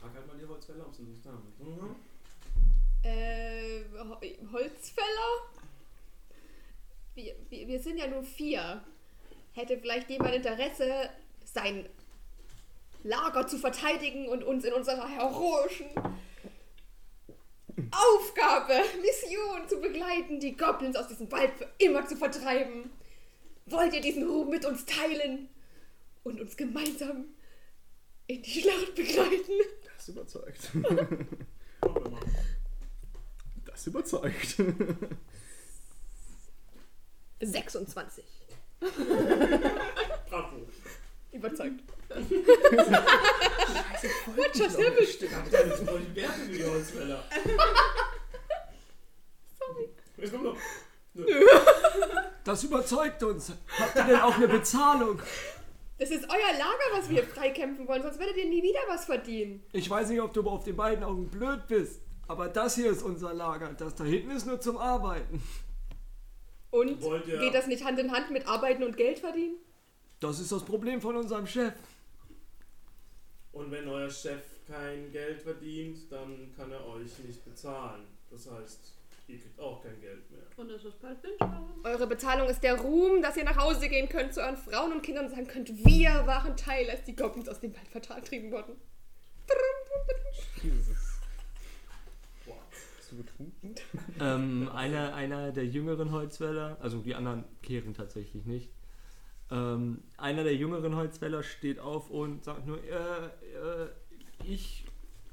Frag halt mal die Holzfäller, ob sie Lust haben. Mhm.
Äh, Ho- Holzfäller? Wir, wir, wir sind ja nur vier. Hätte vielleicht jemand Interesse, sein Lager zu verteidigen und uns in unserer heroischen Aufgabe, Mission zu begleiten, die Goblins aus diesem Wald für immer zu vertreiben? Wollt ihr diesen Ruhm mit uns teilen und uns gemeinsam in die Schlacht begleiten?
Das überzeugt.
Schauen wir mal.
Das überzeugt.
26.
Bravo.
Überzeugt.
Richard
Ich hab da jetzt voll die Werte für die Holzfäller.
Sorry.
Jetzt kommt noch.
Das überzeugt uns. Habt ihr denn auch eine Bezahlung?
Das ist euer Lager, was wir freikämpfen wollen, sonst werdet ihr nie wieder was verdienen.
Ich weiß nicht, ob du auf den beiden Augen blöd bist, aber das hier ist unser Lager. Das da hinten ist nur zum Arbeiten.
Und
Wollt ihr-
geht das nicht Hand in Hand mit Arbeiten und Geld verdienen?
Das ist das Problem von unserem Chef.
Und wenn euer Chef kein Geld verdient, dann kann er euch nicht bezahlen. Das heißt, ihr kriegt auch kein Geld mehr.
Und es ist bald Winter.
Eure Bezahlung ist der Ruhm, dass ihr nach Hause gehen könnt zu euren Frauen und Kindern und sagen könnt, wir waren Teil, als die Goblins aus dem Wald vertrieben wurden.
Jesus.
Wow.
Bist du betrunken?
Ähm, einer, einer der jüngeren Holzfäller, also die anderen kehren tatsächlich nicht. Ähm, einer der jüngeren Holzfäller steht auf und sagt nur, äh, äh, ich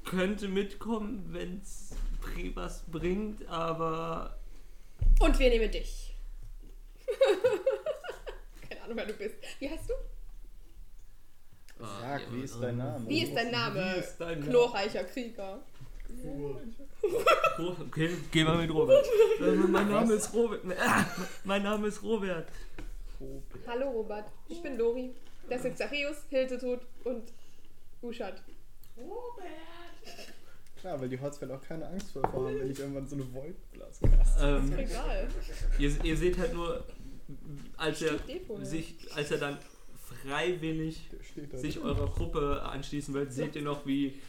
könnte mitkommen, wenn's pri- was bringt, aber
Und wir nehmen dich. Keine Ahnung, wer du bist. Wie heißt du?
Sag, wie ist dein Name?
Wie ist dein
Ah, ähm, Wie
Name?
ist dein Name?
Glorreicher Krieger.
Okay, geh mal mit Robert. Äh, mein Name ist Robert. Äh, Mein Name ist Robert.
Hallo Robert, ich bin Lori. Das sind Zachäus, Hiltetut und Uschat.
Klar, weil die Holzfäller auch keine Angst vor vor haben, wenn ich irgendwann so eine Void-Blase hast.
Ähm,
Egal.
ihr, ihr seht halt nur, als er
Steht eh vorher.
sich, als er dann freiwillig
Der steht da.
sich eurer Gruppe anschließen will, seht ihr noch, wie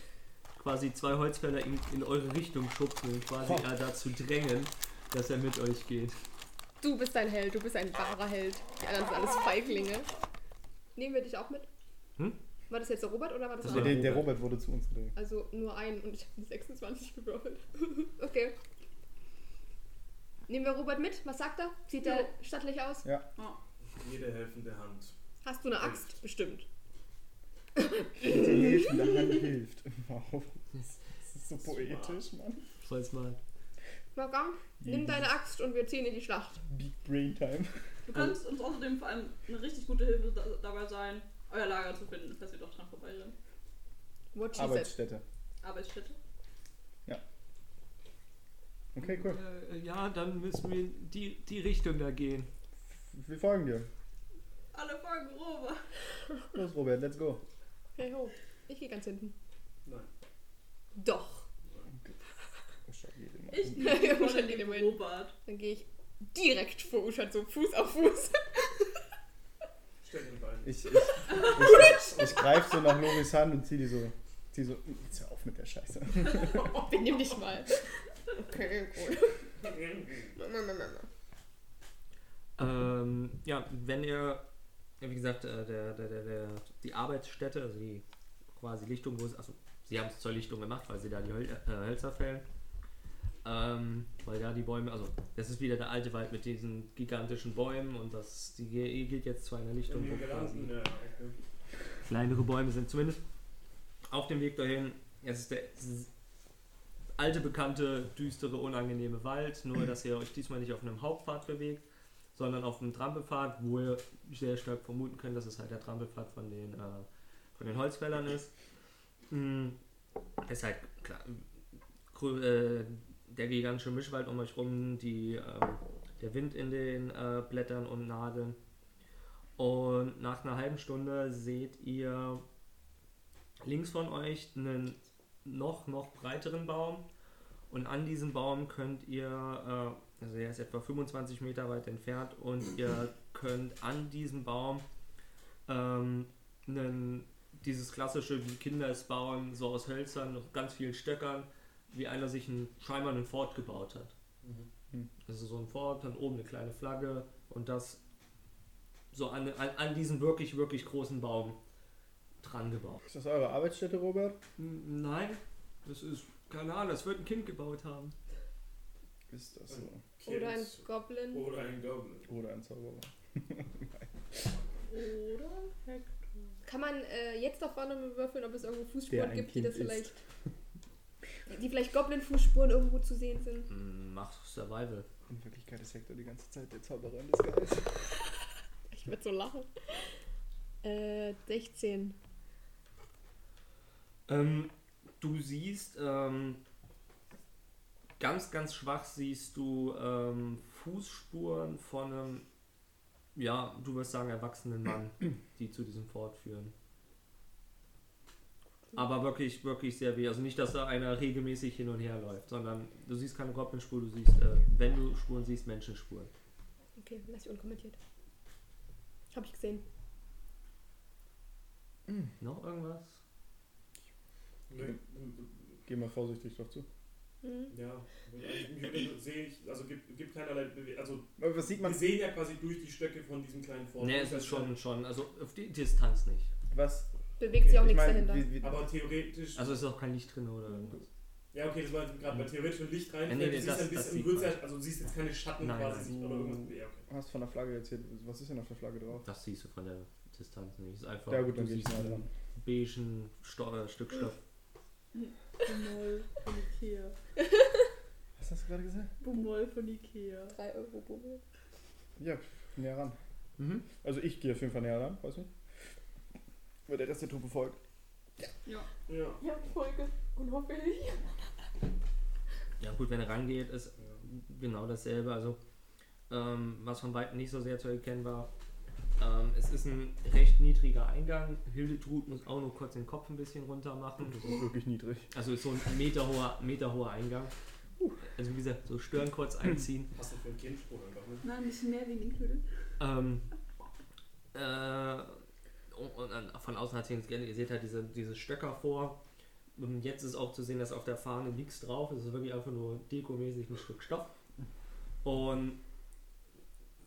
quasi zwei Holzfäller ihn in eure Richtung schubsen und quasi
Oh.
er dazu drängen, dass er mit euch geht.
Du bist ein Held, du bist ein wahrer Held. Die anderen sind alles Feiglinge. Nehmen wir dich auch mit?
Hm?
War das jetzt der Robert oder war das,
Das
das
war
der,
einer?
der, der Robert wurde zu uns gedreht.
Also nur einen und ich habe 26 gewürfelt. okay. Nehmen wir Robert mit? Was sagt er? Sieht er stattlich aus?
Ja.
Jede helfende Hand.
Hast du eine Axt? Bestimmt.
Die hilft, der Hand hilft. Wow. Das ist so poetisch, Mann.
Falls mal.
Morgan, nimm deine Axt und wir ziehen in die Schlacht.
Big Brain Time.
Du kannst uns außerdem vor allem eine richtig gute Hilfe da dabei sein, euer Lager zu finden, falls ihr doch dran vorbeirennen.
What she said.
Arbeitsstätte.
Arbeitsstätte.
Okay, cool.
Äh, ja, dann müssen wir in die, die Richtung da gehen.
Wir folgen dir.
Alle folgen Robert.
Los, Robert, let's go.
Hey ho, ich gehe ganz hinten.
Nein.
Doch.
Oh,
Ich
Ich
nehme
Ja,
vorne
schon
neben
neben.
Robert.
Dann gehe ich direkt vor Uschat, so Fuß auf Fuß.
Stell den Bein.
ich, ich, ich, ich greife so nach Loris Hand und zieh die so. Zieh so. Jetzt hör auf mit der Scheiße.
Wir nehmen dich mal. Okay, gut.
Ähm, ja, wenn ihr, ja, wie gesagt, äh, der, der, der, der, die Arbeitsstätte, also die quasi Lichtung, wo es, also sie haben es zur Lichtung gemacht, weil sie da die Höl äh, Hölzer fällen. Ähm, weil da die Bäume, also das ist wieder der alte Wald mit diesen gigantischen Bäumen und das, die ge- geht jetzt zu einer Lichtung,
In
wo
den Gelanden,
quasi
ja, okay.
kleinere Bäume sind. Zumindest auf dem Weg dahin, es ist der es ist alte, bekannte, düstere, unangenehme Wald, nur dass ihr euch diesmal nicht auf einem Hauptpfad bewegt, sondern auf einem Trampelpfad, wo ihr sehr stark vermuten könnt, dass es halt der Trampelpfad von den, äh, von den Holzfällern ist. Mm, Ist halt klar, grü- äh, der gigantische Mischwald um euch rum, die, ähm, der Wind in den äh, Blättern und Nadeln. Und nach einer halben Stunde seht ihr links von euch einen noch, noch breiteren Baum. Und an diesem Baum könnt ihr, äh, also er ist etwa 25 Meter weit entfernt, und ihr könnt an diesem Baum ähm, einen, dieses klassische, wie Kinder es bauen, so aus Hölzern, noch ganz vielen Stöckern, wie einer sich einen, scheinbar einen Fort gebaut hat.
Mhm.
Mhm.
Also so ein Fort, dann oben eine kleine Flagge und das so an, an, an diesen wirklich, wirklich großen Baum dran gebaut.
Ist das eure Arbeitsstätte, Robert?
N- Nein, das ist, keine Ahnung, das wird ein Kind gebaut haben.
Ist das so?
Oder ein
Kind.
Goblin.
Oder ein Goblin.
Oder ein Zauberer.
Oder?
Kann man äh, jetzt noch vorne mal würfeln, ob es irgendwo
Der
Fußspuren
ein
gibt,
Kind
die das
ist.
vielleicht. Die vielleicht Goblin-Fußspuren irgendwo zu sehen sind.
Hm, Mach Survival.
In Wirklichkeit ist Hector die ganze Zeit der Zauberer in Disguise.
Ich würde so lachen. Äh, 16.
Ähm, du siehst, ähm, ganz, ganz schwach siehst du ähm, Fußspuren von einem, ja, du wirst sagen, erwachsenen Mann, die zu diesem Fort führen. Aber wirklich, wirklich sehr weh. Also nicht, dass da einer regelmäßig hin und her läuft, sondern du siehst keine Goblin-Spur, du siehst, äh, wenn du Spuren siehst, Menschenspuren.
Okay, lass ich unkommentiert. Hab ich gesehen.
Noch irgendwas?
Geh mal vorsichtig drauf zu.
Mhm.
Ja, also, sehe ich, also gibt, gibt keinerlei Bewe Also
Aber was sieht
wir
man?
sehen ja quasi durch die Stöcke von diesem kleinen Fort.
Ne, es ist schon, schon, also auf die Distanz nicht.
Was?
Bewegt sich auch
ich
nichts
meine,
dahinter.
wie- wie-
Aber theoretisch.
Also es ist auch kein Licht drin oder irgendwas.
ja, okay, das war jetzt gerade, weil theoretisch wenn Licht rein.
Ja, nee, nee,
du siehst
das-
ein
das
bisschen,
sieht
du würdest
man.
ja, also du siehst jetzt keine Schatten
Nein,
quasi
nein.
sich oder irgendwas. Ja, okay.
Du hast von der Flagge erzählt. Was ist denn auf der Flagge drauf?
Das siehst du von der Distanz nicht. Ist einfach,
Ja gut, dann
du
geh ich
siehst
mal
einen
dran.
beigen Sto äh, Stück Stoff.
Bumoll von Ikea.
Was hast du gerade gesagt?
Bumoll von Ikea.
3 Euro Bubble.
Ja, ich bin näher ran. Also ich gehe auf jeden Fall näher ran, weiß nicht. Weil der Rest der Truppe folgt.
Ja.
Ja.
Ja, Folge. Und hoffe ich.
Ja gut, wenn er rangeht, ist
ja.
genau dasselbe. Also ähm, was von weitem nicht so sehr zu erkennen war. Ähm, es ist ein recht niedriger Eingang. Hildetrud muss auch nur kurz den Kopf ein bisschen runter machen.
Das ist wirklich niedrig.
Also ist so ein meterhoher, meterhoher Eingang. Also wie gesagt, so Stören kurz einziehen.
Hast du für ein Kind Spruch einfach, ne?
Nein, ein bisschen mehr wegen den Knödeln.
Ähm, äh, und, und dann von außen hat sie uns gerne, ihr seht halt diese, diese Stöcker vor. Und jetzt ist auch zu sehen, dass auf der Fahne nichts drauf ist. Es ist wirklich einfach nur dekomäßig ein Stück Stoff. Und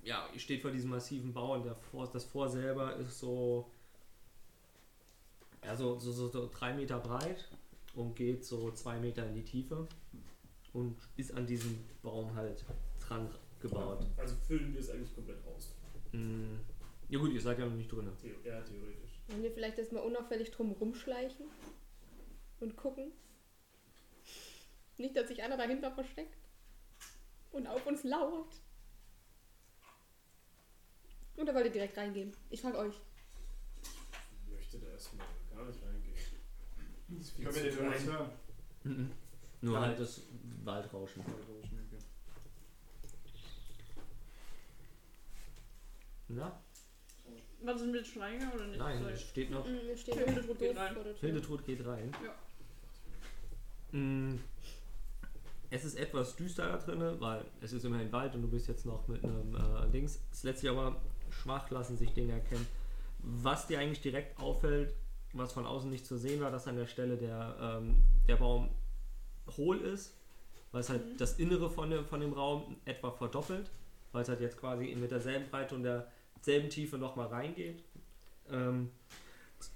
ja, ihr steht vor diesem massiven Bau und der vor, das Vor selber ist so, ja, so, so, so, so drei Meter breit und geht so zwei Meter in die Tiefe und ist an diesem Baum halt dran gebaut.
Also füllen wir es eigentlich komplett aus.
Mm. Ja gut, ihr seid ja noch nicht drin.
Theo ja, theoretisch.
Wollen wir vielleicht erstmal unauffällig drum rumschleichen und gucken? Nicht, dass sich einer dahinter versteckt. und auf uns lauert. Oder wollt ihr direkt reingehen? Ich frage euch.
Ich möchte da erstmal gar nicht reingehen. Das ist viel
Können
zu
wir den
klein.
nicht hören?
Mhm. Nur
Nein.
halt das Waldrauschen. Na?
Warte, sind wir jetzt schon reingegangen oder nicht?
Nein,
Sorry.
es steht noch.
Hm, Wir stehen
Hilde
noch
Tod
doof
geht rein.
vor der Tür.
Hildetod geht rein.
Ja.
Mm. Es ist etwas düster da drin, weil es ist immerhin Wald und du bist jetzt noch mit einem äh, Dings. Ist letztlich aber schwach lassen sich Dinge erkennen. Was dir eigentlich direkt auffällt, was von außen nicht zu sehen war, dass an der Stelle der, ähm, der Baum hohl ist, weil es halt
Mhm.
das Innere von dem, von dem Raum etwa verdoppelt, weil es halt jetzt quasi mit derselben Breite und derselben Tiefe nochmal reingeht. Ähm,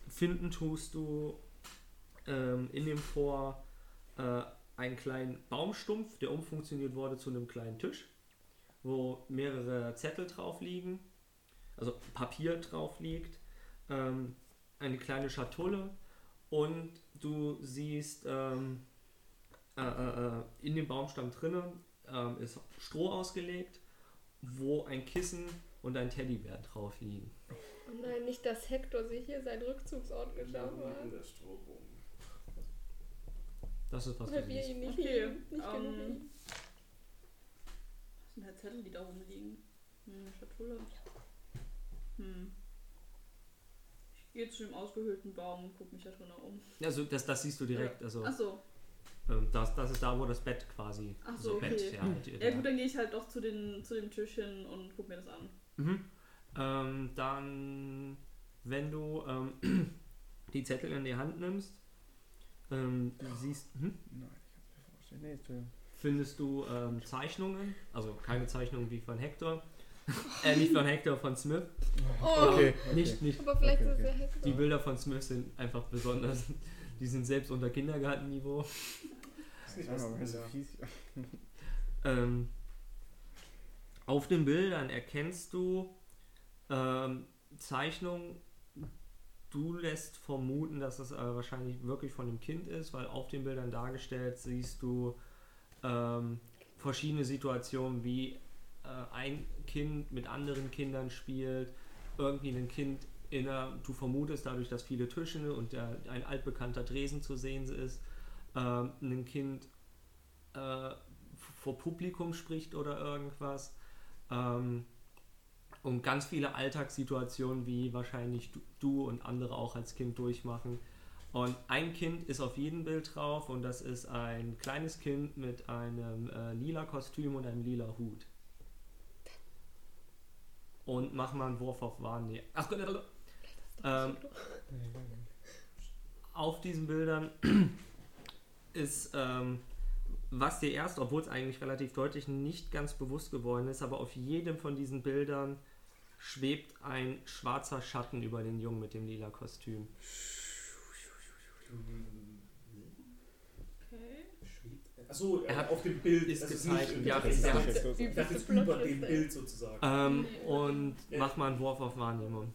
finden tust du ähm, in dem Vor äh, einen kleinen Baumstumpf, der umfunktioniert wurde zu einem kleinen Tisch, wo mehrere Zettel drauf liegen, also Papier drauf liegt, ähm, eine kleine Schatulle und du siehst ähm, äh, äh, äh, in dem Baumstamm drinnen ähm, ist Stroh ausgelegt, wo ein Kissen und ein Teddybär drauf liegen.
Oh nein, nicht, dass Hector sich hier seinen Rückzugsort geschaffen
In
hat.
der Strohbogen.
Das ist was
Weil
du
wir
siehst.
ihn nicht
Okay,
lieben. Nicht
ähm,
genug lieben.
Das sind halt Zettel, die da rumliegen. Hm, Schatulle. Hm. Ich gehe zu dem ausgehöhlten Baum und guck mich da drin um.
Also das, das siehst du direkt. Also
Achso.
ähm, das, das ist da, wo das Bett quasi.
Ach
also
so,
Bett,
okay.
ja, halt,
Ja
ja.
gut, dann gehe ich halt doch zu, den, zu dem Tisch hin und guck mir das an.
Mhm. Ähm, dann, wenn du ähm, die Zettel in die Hand nimmst, ähm, du siehst, hm,
Nein, ich kann es mir vorstellen. Nee, Entschuldigung.
findest du ähm, Zeichnungen, also keine Zeichnungen wie von Hector, äh, nicht von Hector, von Smith,
Oh.
Okay, okay.
nicht, nicht.
Aber vielleicht
Okay,
ist
okay.
er Hector.
Die Bilder von Smith sind einfach besonders. Die sind selbst unter Kindergartenniveau.
Ist nicht
Sag mal, wer
was
so
ja.
fies-
Ähm, auf den Bildern erkennst du ähm, Zeichnungen. Du lässt vermuten, dass es äh, wahrscheinlich wirklich von dem Kind ist, weil auf den Bildern dargestellt siehst du ähm, verschiedene Situationen, wie äh, ein Kind mit anderen Kindern spielt, irgendwie ein Kind in einer, du vermutest dadurch, dass viele Tische und der, ein altbekannter Dresen zu sehen ist, ähm, ein Kind äh, vor Publikum spricht oder irgendwas. Ähm, und ganz viele Alltagssituationen, wie wahrscheinlich du, du und andere auch als Kind durchmachen. Und ein Kind ist auf jedem Bild drauf und das ist ein kleines Kind mit einem äh, lila Kostüm und einem lila Hut. Und mach mal einen Wurf auf Wahrnehmung. Ach Gott, ähm, auf diesen Bildern ist, ähm, was dir erst, obwohl es eigentlich relativ deutlich nicht ganz bewusst geworden ist, aber auf jedem von diesen Bildern schwebt ein schwarzer Schatten über den Jungen mit dem lila Kostüm.
Okay.
Achso,
Er hat-
äh, auf dem Bild
ist
also
gezeichnet,
nicht-
ja,
ich
ist
dachte-
der-
ich dachte jetzt
Plot
über
Twist,
dem
ey.
Bild sozusagen.
Mhm.
Ähm,
Nee.
und
Ja.
mach mal einen Wurf auf Wahrnehmung.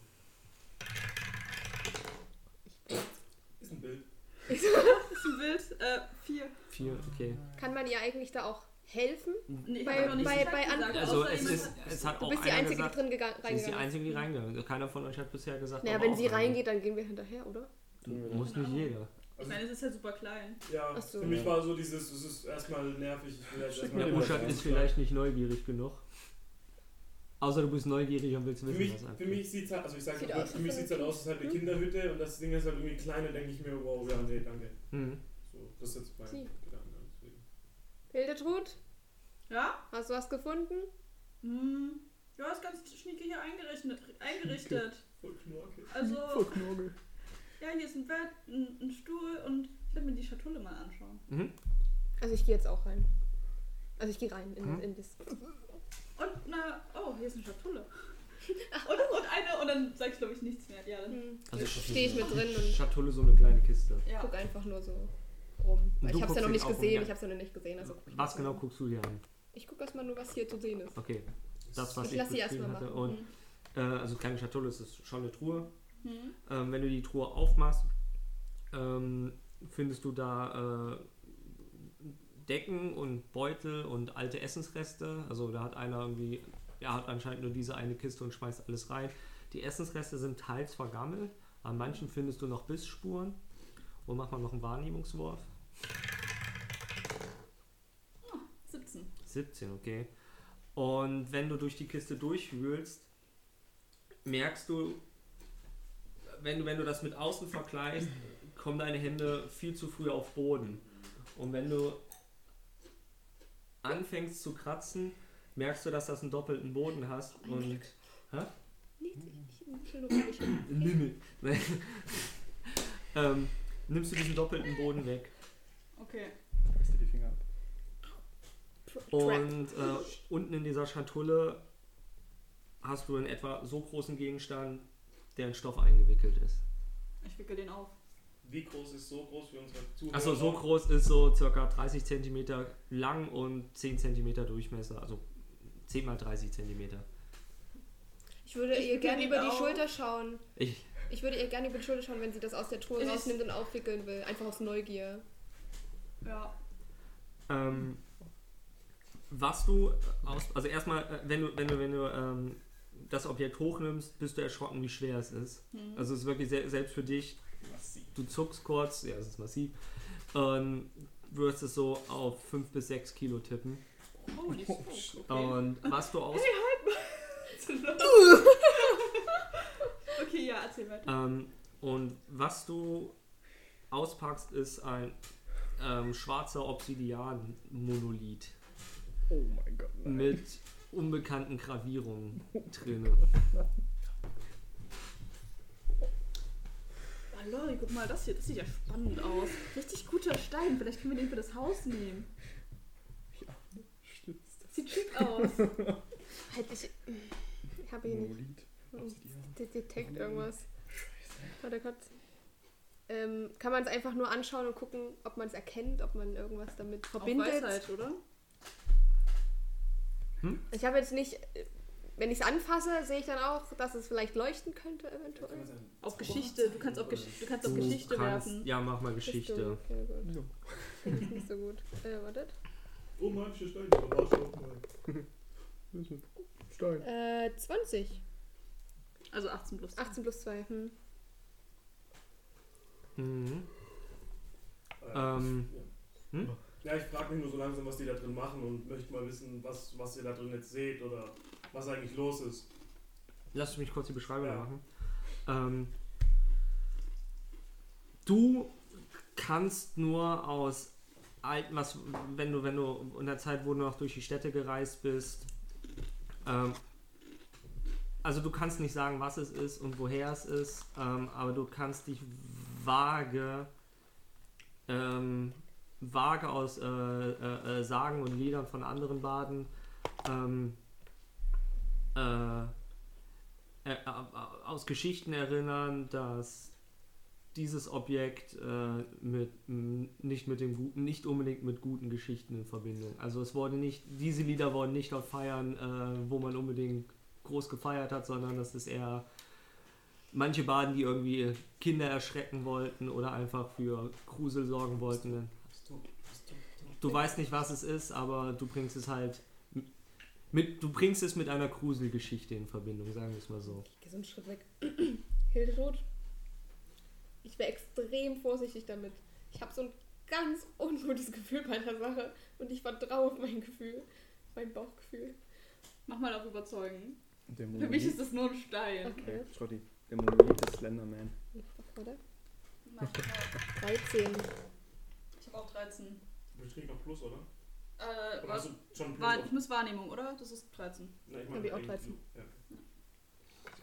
Ist ein Bild.
Das ist ein Bild. Äh, vier.
Vier, okay.
Kann man ihr eigentlich da auch helfen?
Nee, ich
Bei-
hab noch nicht
bei-
Bescheid
bei
gesagt,
anderen-
Also
außer
es
jemand
ist,
hat-
es hat
Du
auch
bist die
einer
Einzige,
gesagt,
die drin gega-
sie ist die
reingegangen
Einzige, die reingegangen ist. Keiner von euch hat bisher gesagt,
Naja,
aber
wenn
auch
sie
rein.
reingeht, dann gehen wir hinterher, oder?
Tun wir das.
Muss nicht jeder.
Ich meine, es ist ja super klein.
Ja,
Ach so.
für mich war so dieses, es ist erstmal nervig, ich will jetzt
Schick
erstmal...
mir
Der
den
Uschat
Bescheid.
ist vielleicht nicht neugierig genug. Außer du bist neugierig und willst
Für
wissen,
mich,
was
für
abgeht.
mich sieht es halt, also ich sage
Sieht
mal,
aus,
für
als
mich
wenn
sieht's halt
ein
aus, es ist halt eine
Kind.
Kinderhütte und das Ding ist halt irgendwie klein, da denke ich mir, wow, ja, nee, danke.
Mhm.
So, das ist jetzt mein
Sie.
Gedanke. deswegen.
Hildetrud,
Ja?
hast du was gefunden?
Hm. Ja, ist ganz schnieke hier eingerichtet. eingerichtet.
Voll knorke.
Also,
Verknorgel.
ja, hier ist ein Bett, ein, ein Stuhl und ich werde mir die Schatulle mal anschauen.
Mhm.
Also ich gehe jetzt auch rein. Also ich gehe rein in,
Hm?
in das. äh,
Und na, oh, hier ist eine Schatulle. Und, und eine, und dann sag ich glaube ich nichts mehr. Ja,
Hm.
dann,
Also
stehe ich mit drin und
Schatulle so eine kleine Kiste.
ja.
guck einfach nur so rum.
Und
Weil
du
ich hab's ja
guckst
noch
dich
nicht
auch um,
gesehen,
ja.
ich hab's ja noch nicht gesehen. Also guck ich
Was
mal.
genau guckst du dir an?
Ich guck erstmal nur, was hier zu sehen ist.
Okay, das was
Ich
ich,
lass sie
beschrieben
erstmal
hatte.
machen.
Und
Hm.
äh, also kleine Schatulle es ist schon eine Truhe.
Mhm.
Hm.
Ähm, wenn du die Truhe aufmachst, ähm, findest du da äh, Decken und Beutel und alte Essensreste. Also da hat einer irgendwie, ja, hat anscheinend nur diese eine Kiste und schmeißt alles rein. Die Essensreste sind teils vergammelt. An manchen findest du noch Bissspuren. Und mach mal noch einen Wahrnehmungswurf.
17.
17, okay. Und wenn du durch die Kiste durchwühlst, merkst du, wenn du, wenn du das mit außen vergleichst, kommen deine Hände viel zu früh auf Boden. Und wenn du anfängst zu kratzen, merkst du, dass das einen doppelten Boden hast. Und
Nichts, ich, ich, schön ruhig.
Nimm- ähm, nimmst du diesen doppelten Boden weg.
Okay.
Reiß dir die Finger ab.
Trap.
Und äh, unten in dieser Schatulle hast du in etwa so großen Gegenstand, der in Stoff eingewickelt ist.
Ich wickel den auf.
Wie groß ist so groß für unsere Zuhörer?
Achso, Also so groß ist so circa 30 cm lang und 10 cm Durchmesser, also 10 mal 30 cm.
Ich würde
Ich
ihr gerne
bin
über die
auch-
Schulter schauen.
Ich,
Ich würde ihr gerne über die Schulter schauen, wenn sie das aus der Truhe
Es ist-
rausnimmt und aufwickeln will. Einfach aus Neugier.
Ja.
ähm, was du aus, also erstmal, äh, wenn du, wenn du, wenn du ähm, das Objekt hochnimmst, bist du erschrocken, wie schwer es ist.
Hm.
Also es ist wirklich sehr, selbst für dich
Massiv.
du zuckst kurz, ja, es ist massiv, ähm, würdest es so auf 5 bis 6 Kilo tippen.
Also,
Holy
oh,
smoke. Okay.
Und was du aus.
okay, ja, erzähl weiter.
Ähm, und was du auspackst, ist ein ähm, schwarzer Obsidian-Monolith
Oh mein Gott. nein.
mit unbekannten Gravierungen drin.
Ah, Lori, guck mal, das hier, das sieht ja spannend aus. Richtig guter Stein, vielleicht können wir den für das Haus nehmen.
Stützt.
Sieht schick aus.
Halt, ich. Ich habe ihn nicht.
Monolith.
Hm.
Obsidian.
Det- Detect irgendwas. Warte kurz. Ähm, kann man es einfach nur anschauen und gucken, ob man es erkennt, ob man irgendwas damit
Auf
verbindet?
Weisheit, oder?
Ich habe jetzt nicht. äh, Wenn ich es anfasse, sehe ich dann auch, dass es vielleicht leuchten könnte, eventuell.
Auf Geschichte, du kannst auf, Gesch du kannst auf Geschichte werfen.
Ja, mach mal
Bist du-
Geschichte.
Okay, gut.
Ja.
Finde ich nicht so gut. Äh, wartet.
Oh, manche Steine. aber warst du auch mal.
Das ist ein Stein.
Äh, 20.
Also 18 plus.
18 plus 2. Hm.
Mhm.
Äh,
Ähm,
ja.
hm?
Ja, ich frage mich nur so langsam, was die da drin machen und möchte mal wissen, was, was ihr da drin jetzt seht oder was eigentlich los ist.
Lass mich kurz die Beschreibung
Ja.
machen. Ähm, du kannst nur aus alten, was, wenn du, wenn du in der Zeit, wo du noch durch die Städte gereist bist, ähm, also du kannst nicht sagen, was es ist und woher es ist, ähm, aber du kannst dich vage, ähm, vage aus äh, äh, äh, Sagen und Liedern von anderen Baden ähm, äh, äh, äh, aus Geschichten erinnern, dass dieses Objekt äh, mit, m, nicht mit dem guten, nicht unbedingt mit guten Geschichten in Verbindung. Also es wurde nicht, diese Lieder wurden nicht auf Feiern, äh, wo man unbedingt groß gefeiert hat, sondern das ist eher manche Baden, die irgendwie Kinder erschrecken wollten oder einfach für Grusel sorgen wollten. Du weißt nicht, was es ist, aber du bringst es halt m- mit, du bringst es mit einer Gruselgeschichte in Verbindung, sagen wir es mal so.
Ich gehe so einen Schritt weg. Hilderot. Ich wäre extrem vorsichtig damit. Ich habe so ein ganz ungutes Gefühl bei der Sache und ich vertraue auf mein Gefühl, mein Bauchgefühl.
Mach mal auf überzeugen.
Der
Für
Mhm.
mich ist das nur ein Stein.
Okay.
Schrotti, der Monolith ist Slenderman.
Ach, warte.
Mach mal.
13.
Ich habe auch 13.
Ich krieg noch Plus, oder?
Äh,
Oder hast
was?
du schon Plus?
Wahr,
auf-
ich muss Wahrnehmung, oder? Das ist 13.
Nein, ich
Hab ich auch
wegen-
13.
Ja.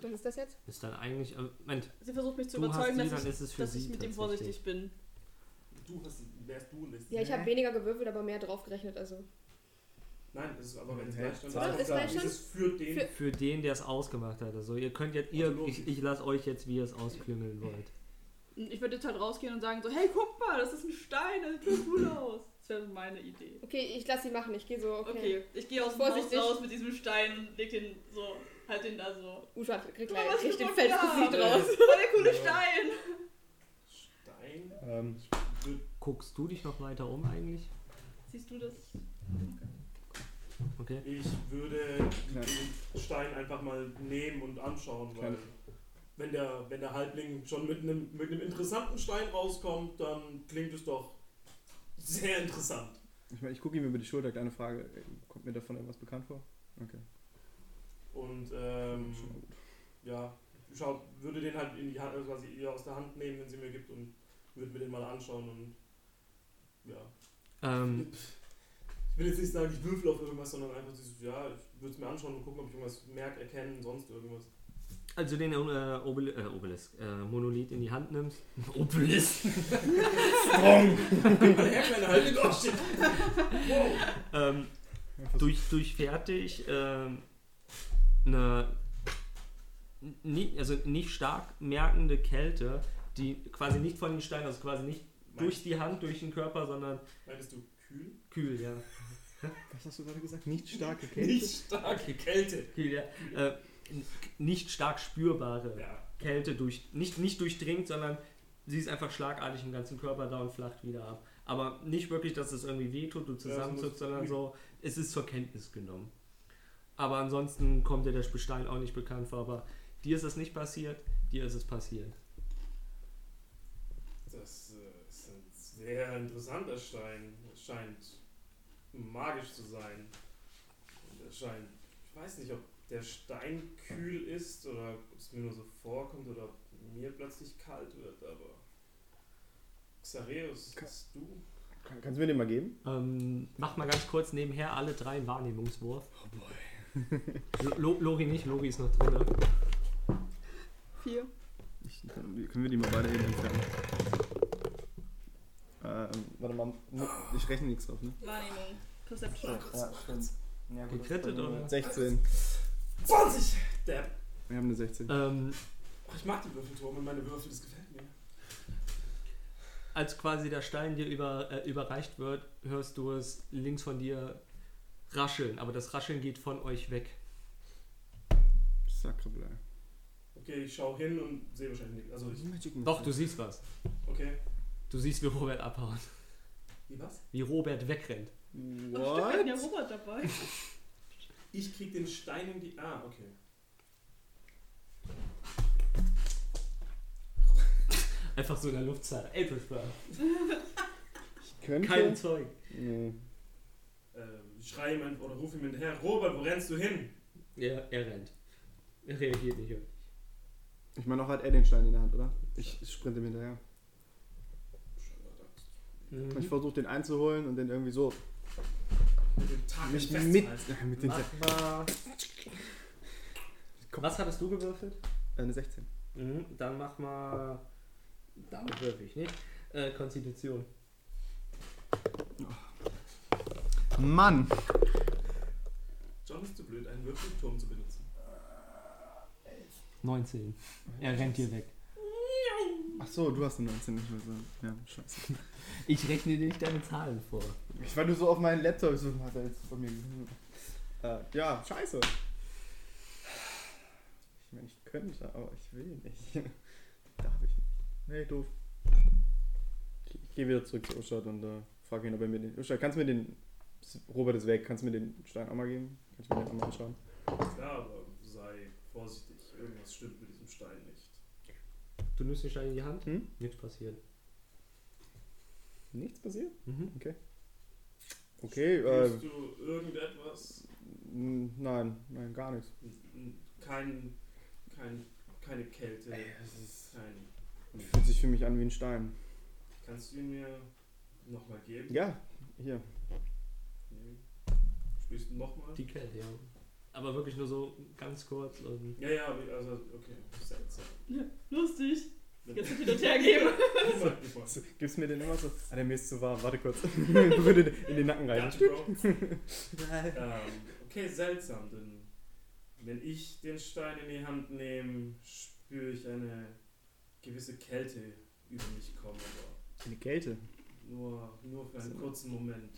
Was ist das jetzt?
Ist dann eigentlich. äh, Moment,
Sie versucht mich zu
du hast
überzeugen,
sie,
dass
dann
ich,
ist es für
dass
sie.
ich mit dem
tatsächlich.
vorsichtig bin.
Du hast, wärst du und lässt
Ja, ich habe
Hä?
weniger gewürfelt, aber mehr draufgerechnet. Also
Nein, es ist aber wenn es
Hä?
Gleichstand
Oder?
ist,
Ist
dann
Gleichstand?
es für den.
Für-
Für den, der es ausgemacht hat. Also, ihr könnt jetzt. Ihr, ich ich lasse euch jetzt, wie ihr es ausklüngeln wollt.
Und Ich würde jetzt halt rausgehen und sagen so, hey, guck mal, das ist ein Stein, das sieht cool aus. Das wäre so meine Idee.
okay, ich lasse sie machen. Ich gehe so. Okay.
Okay, ich gehe aus dem
Vorsichtig.
Haus raus mit diesem Stein und leg den so, halt den da so.
Usha kriegt
Guck mal, was
gleich
ich
richtig
gefunden
fettes
habe.
Gesicht raus.
Voll der coole
Ja.
Stein.
Stein.
Ähm,
Wird-
Guckst du dich noch weiter um eigentlich?
Siehst du das?
Okay.
Ich würde den Stein einfach mal nehmen und anschauen, weil
Klar.
wenn der, wenn der Halbling schon mit einem, mit einem interessanten Stein rauskommt, dann klingt es doch sehr interessant.
Ich meine, ich gucke ihm über die Schulter, kleine Frage. äh, Kommt mir davon irgendwas bekannt vor? Okay.
Und ähm,
Schon mal gut.
ja, ich schau, würde den halt in die Hand, also quasi ihr aus der Hand nehmen, wenn sie mir gibt und würde mir den mal anschauen und ja.
Ähm,
Ich will jetzt nicht sagen, ich würfel auf irgendwas, sondern einfach dieses, ja, ich würde es mir anschauen und gucken, ob ich irgendwas merke, erkennen, sonst irgendwas.
also den äh, Obel äh, Obelisk, äh, Monolith in die Hand nimmst. Obelisk!
Herr kleine Halbling, oh shit! Wow!
ähm,
Ja, versuch-
durch, durchfährt dich ähm, eine nicht, also nicht stark merkende Kälte, die quasi nicht von den Steinen, also quasi nicht durch die Hand, durch den Körper, sondern
Meintest du kühl?
kühl, ja.
Was hast du gerade gesagt? Nicht starke
Nicht starke Kälte.
Kühl, ja. Äh, n- nicht stark spürbare
Ja.
Kälte, durch, nicht, nicht durchdringt, sondern sie ist einfach schlagartig im ganzen Körper da und flacht wieder ab. Aber nicht wirklich, dass es irgendwie wehtut, du zusammenzuckst, sondern so, es ist zur Kenntnis genommen. Aber ansonsten kommt dir der Stein auch nicht bekannt vor, aber dir ist es nicht passiert, dir ist es passiert.
Das äh, ist ein sehr interessanter Stein. Es scheint magisch zu sein. Und es scheint, ich weiß nicht, ob der Stein kühl ist oder ob es mir nur so vorkommt oder ob mir plötzlich kalt wird, aber. Xareus,
Ka-
bist du?
Kann, kannst du mir den mal geben?
Ähm, mach mal ganz kurz nebenher alle drei einen Wahrnehmungswurf.
Oh boy.
L- Lo Lori nicht, Lori ist noch drin. ne?
Vier.
Ich kann, können wir die mal beide eben entfernen? Ähm, warte mal, mu- ich rechne nichts drauf, ne?
Wahrnehmung. Perception.
Ah, Ja, stimmt. Ja,
gut, das Gekrittet, ist bei mir oder?
16.
20! Der.
Wir haben eine 16.
Ähm,
Oh, ich mag die Würfelturm und meine Würfel, das gefällt mir.
als quasi der Stein dir über, äh, überreicht wird, hörst du es links von dir rascheln, aber das Rascheln geht von euch weg.
Sakrablei.
Okay, ich schau hin und sehe wahrscheinlich nichts. Also, ich,
Doch, du siehst was.
okay.
Du siehst, wie Robert abhaut.
Wie was?
Wie Robert wegrennt.
What?
What?
Steckt der Robert dabei?
Ich krieg den Stein in die. Ah, okay.
Einfach so in der Luft zerrt. April
Ich könnte.
Kein Zeug.
Nee.
Äh, schrei ihm ein- oder ruf ihm hinterher: Robert, wo rennst du hin?
Er, er rennt. Er reagiert nicht.
Ich meine, auch hat er den Stein in der Hand, oder? Ich sprinte ihm hinterher. Ich
Mhm.
versuche den einzuholen und den irgendwie so
Mit dem Tag
mich mit,
festzuhalten.
mit den
Mach mal. Was hattest du gewürfelt?
äh, eine 16.
Mhm, dann mach mal. Damit würfe ich nicht. Äh, Konstitution.
Mann!
John ist zu blöd, einen Würfelturm zu benutzen.
19. Er rennt hier weg.
Ach so, du hast eine 19, ich weiß nicht. Ja, scheiße.
Ich rechne dir nicht deine Zahlen vor.
Ich war nur so auf meinen Laptop, ich so, hat er jetzt von mir gesehen? Äh, ja, scheiße. Ich meine, ich könnte, aber ich will nicht. Darf ich nicht. Nee, doof. Ich, ich gehe wieder zurück zu Uschad und äh, frage ihn, ob er mir den... Uschad, kannst du mir den... Robert ist weg, kannst du mir den Stein auch mal geben? Kann ich mir den auch mal anschauen?
Ja, aber sei vorsichtig, irgendwas stimmt mit diesem Stein nicht.
Du nimmst den Stein in die Hand?
Hm?
Nichts passiert.
Nichts passiert?
Mhm.
Okay, äh,
Spürst du irgendetwas?
m, nein, nein, gar nichts.
N- n- Kein, kein, keine Kälte.
Äh,
Kein,
Fühlt sich für mich an wie ein Stein.
kannst du ihn mir nochmal geben?
Ja, hier.
Nee. Spielst du nochmal?
Die Kälte, ja. Aber wirklich nur so ganz kurz. Und
Ja, ja, wie- also, okay. Seltsam.
Lustig. Jetzt wird hin und her geben.
Niemand, niemand.
Gibst mir den immer so. Ah, der mir ist zu warm, warte kurz. Würde den in den Nacken rein.
Danke, Bro. ähm, okay, seltsam, denn wenn ich den Stein in die Hand nehme, spüre ich eine gewisse Kälte über mich kommen, aber
Eine Kälte.
nur, nur für einen
So.
kurzen Moment.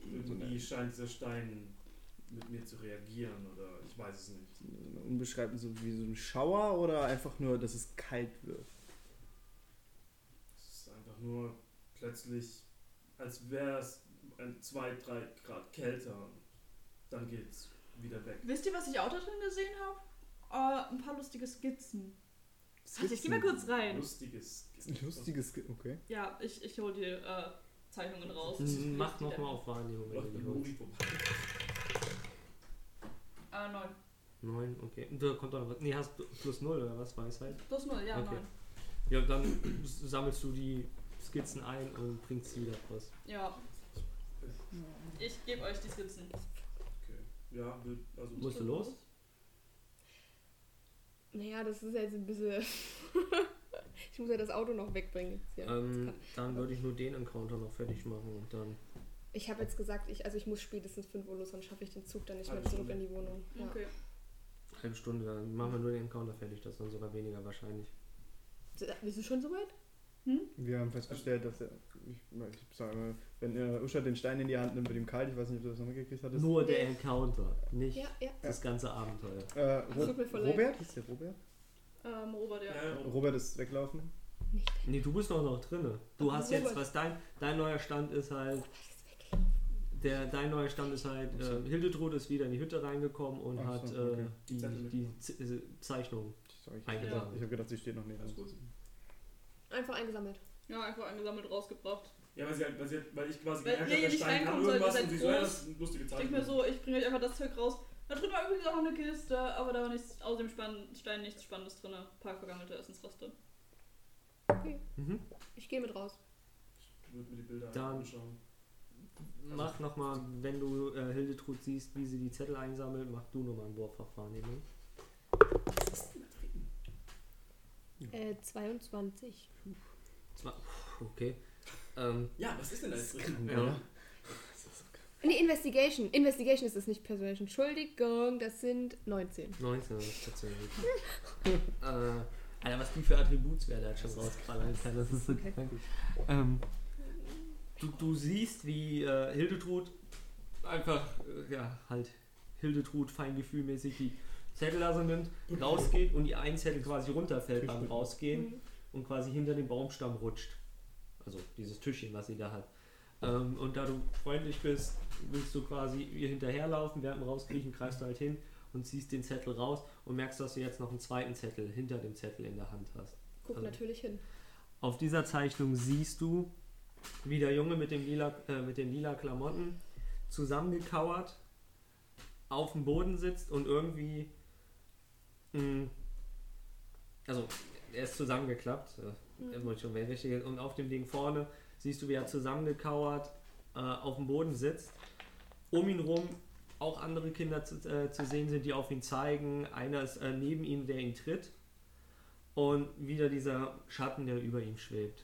So
Irgendwie
eine-
scheint dieser Stein mit mir zu reagieren oder ich weiß es nicht.
Unbeschreibend, so wie so ein Schauer oder einfach nur, dass es kalt wird.
Es ist einfach nur plötzlich, als wäre es ein 2, 3 Grad kälter. Dann geht's wieder weg.
Wisst ihr, was ich auch da drin gesehen habe? Äh, ein paar lustige Skizzen. Warte, ich geh mal
Skizzen.
kurz rein.
Lustiges.
Lustiges, Ge- okay.
Ja, ich, ich hole die äh, Zeichnungen raus.
Hm,
Mach nochmal auf Wahrnehmung, wenn
Läuft
du
ein
die holst.
Lollipop.
Äh, 9.
Neun, okay. Und Da kommt auch noch was. Nee, hast du plus null oder was? Weisheit?
Plus 0, ja,
Okay.
9.
Ja, dann sammelst du die Skizzen ein und bringst sie wieder raus.
Ja. Ich gebe euch die Skizzen.
Okay. Ja, wir- also.
Musst du los?
Naja, das ist jetzt ein bisschen. ich muss ja das Auto noch wegbringen. Jetzt hier.
Ähm, dann würde ich nur den Encounter noch fertig machen und dann.
Ich habe jetzt gesagt, ich, also ich muss spätestens 5 Uhr los, sonst schaffe ich den Zug dann nicht mehr
Halbe
zurück
Stunde.
in die Wohnung. Ja.
Okay.
Halbe Stunde, dann machen wir nur den Encounter fertig, das ist dann sogar weniger wahrscheinlich.
Bist du schon soweit?
Wir haben festgestellt, dass er, ich, ich sag mal, wenn äh, Usha den Stein in die Hand nimmt, wird ihm kalt. Ich weiß nicht, ob du das noch mitgekriegt hattest.
Nur der Encounter, nicht
Ja, ja.
das ganze Abenteuer.
Äh, Ro
tut mir voll leid.
Robert? Hieß der Robert?
Ähm, Robert, ja.
Ja, ja,
Robert ist weglaufen.
Nicht.
Nee, du bist doch noch drinne. Du
Ach,
hast
Robert.
jetzt, was dein, dein neuer Stand ist halt, der, dein neuer Stand ist halt, äh, Hildetrud ist wieder in die Hütte reingekommen und
Ach
hat
so,
äh,
okay.
die,
Zettel
die Z äh, Zeichnung.
Sorry, ich
Ein
hab gedacht,
Gedanke.
ich hab gedacht, sie steht noch neben
Alles gut.
uns.
Einfach eingesammelt.
Ja, einfach angesammelt rausgebracht.
Ja, weil, sie halt, weil, sie, halt- weil ich quasi
Weil
gemerkt
ihr
habe, der
hier nicht
Stein kann
reinkommen sollt,
irgendwas und
ihr seid
sie so, ja, das
groß.
ist eine lustige
Ich
Zeit.
denk mir so, ich bringe euch einfach das Zeug raus. Da drin war übrigens auch noch eine Kiste, aber da war nichts, außer dem Spann Stein nichts Spannendes drin. Ein paar vergammelte Essensreste.
Mhm.
Ich gehe mit raus.
Ich würde mir die Bilder
Dann-
anschauen.
Mach nochmal, wenn du äh, Hildetrud siehst, wie sie die Zettel einsammelt, mach du nochmal ein Bohrfachfahren.
Äh, 22.
Okay. Ähm,
Ja, was ist denn da jetzt drin?
ja.
Ja.
Nee, Investigation. Investigation ist es nicht Persuasion. Entschuldigung, das sind 19.
19 oder 14. äh, Alter, was die für Attributswerte hat schon rausballern kann, das ist so krank. Ähm, du, du siehst, wie äh, Hildetrud einfach, äh, ja, halt Hildetrud feingefühlmäßig die Zettel da so nimmt, rausgeht und ihr ein Zettel quasi runterfällt beim Rausgehen
Mhm.
und quasi hinter den Baumstamm rutscht. Also dieses Tischchen, was sie da hat. Ähm, und da du freundlich bist, willst du quasi ihr hinterherlaufen, während dem Rauskriechen greifst du halt hin und ziehst den Zettel raus und merkst, dass du jetzt noch einen zweiten Zettel hinter dem Zettel in der Hand hast.
Guck
Also-
natürlich hin.
Auf dieser Zeichnung siehst du, wie der Junge mit, dem lila, äh, mit den lila Klamotten zusammengekauert auf dem Boden sitzt und irgendwie. Mh, also, er ist zusammengeklappt. Äh, er wollte schon mehr richtig. Und auf dem Ding vorne siehst du, wie er zusammengekauert äh, auf dem Boden sitzt. Um ihn rum auch andere Kinder zu, äh, zu sehen sind, die auf ihn zeigen. Einer ist äh, neben ihm, der ihn tritt. Und wieder dieser Schatten, der über ihm schwebt.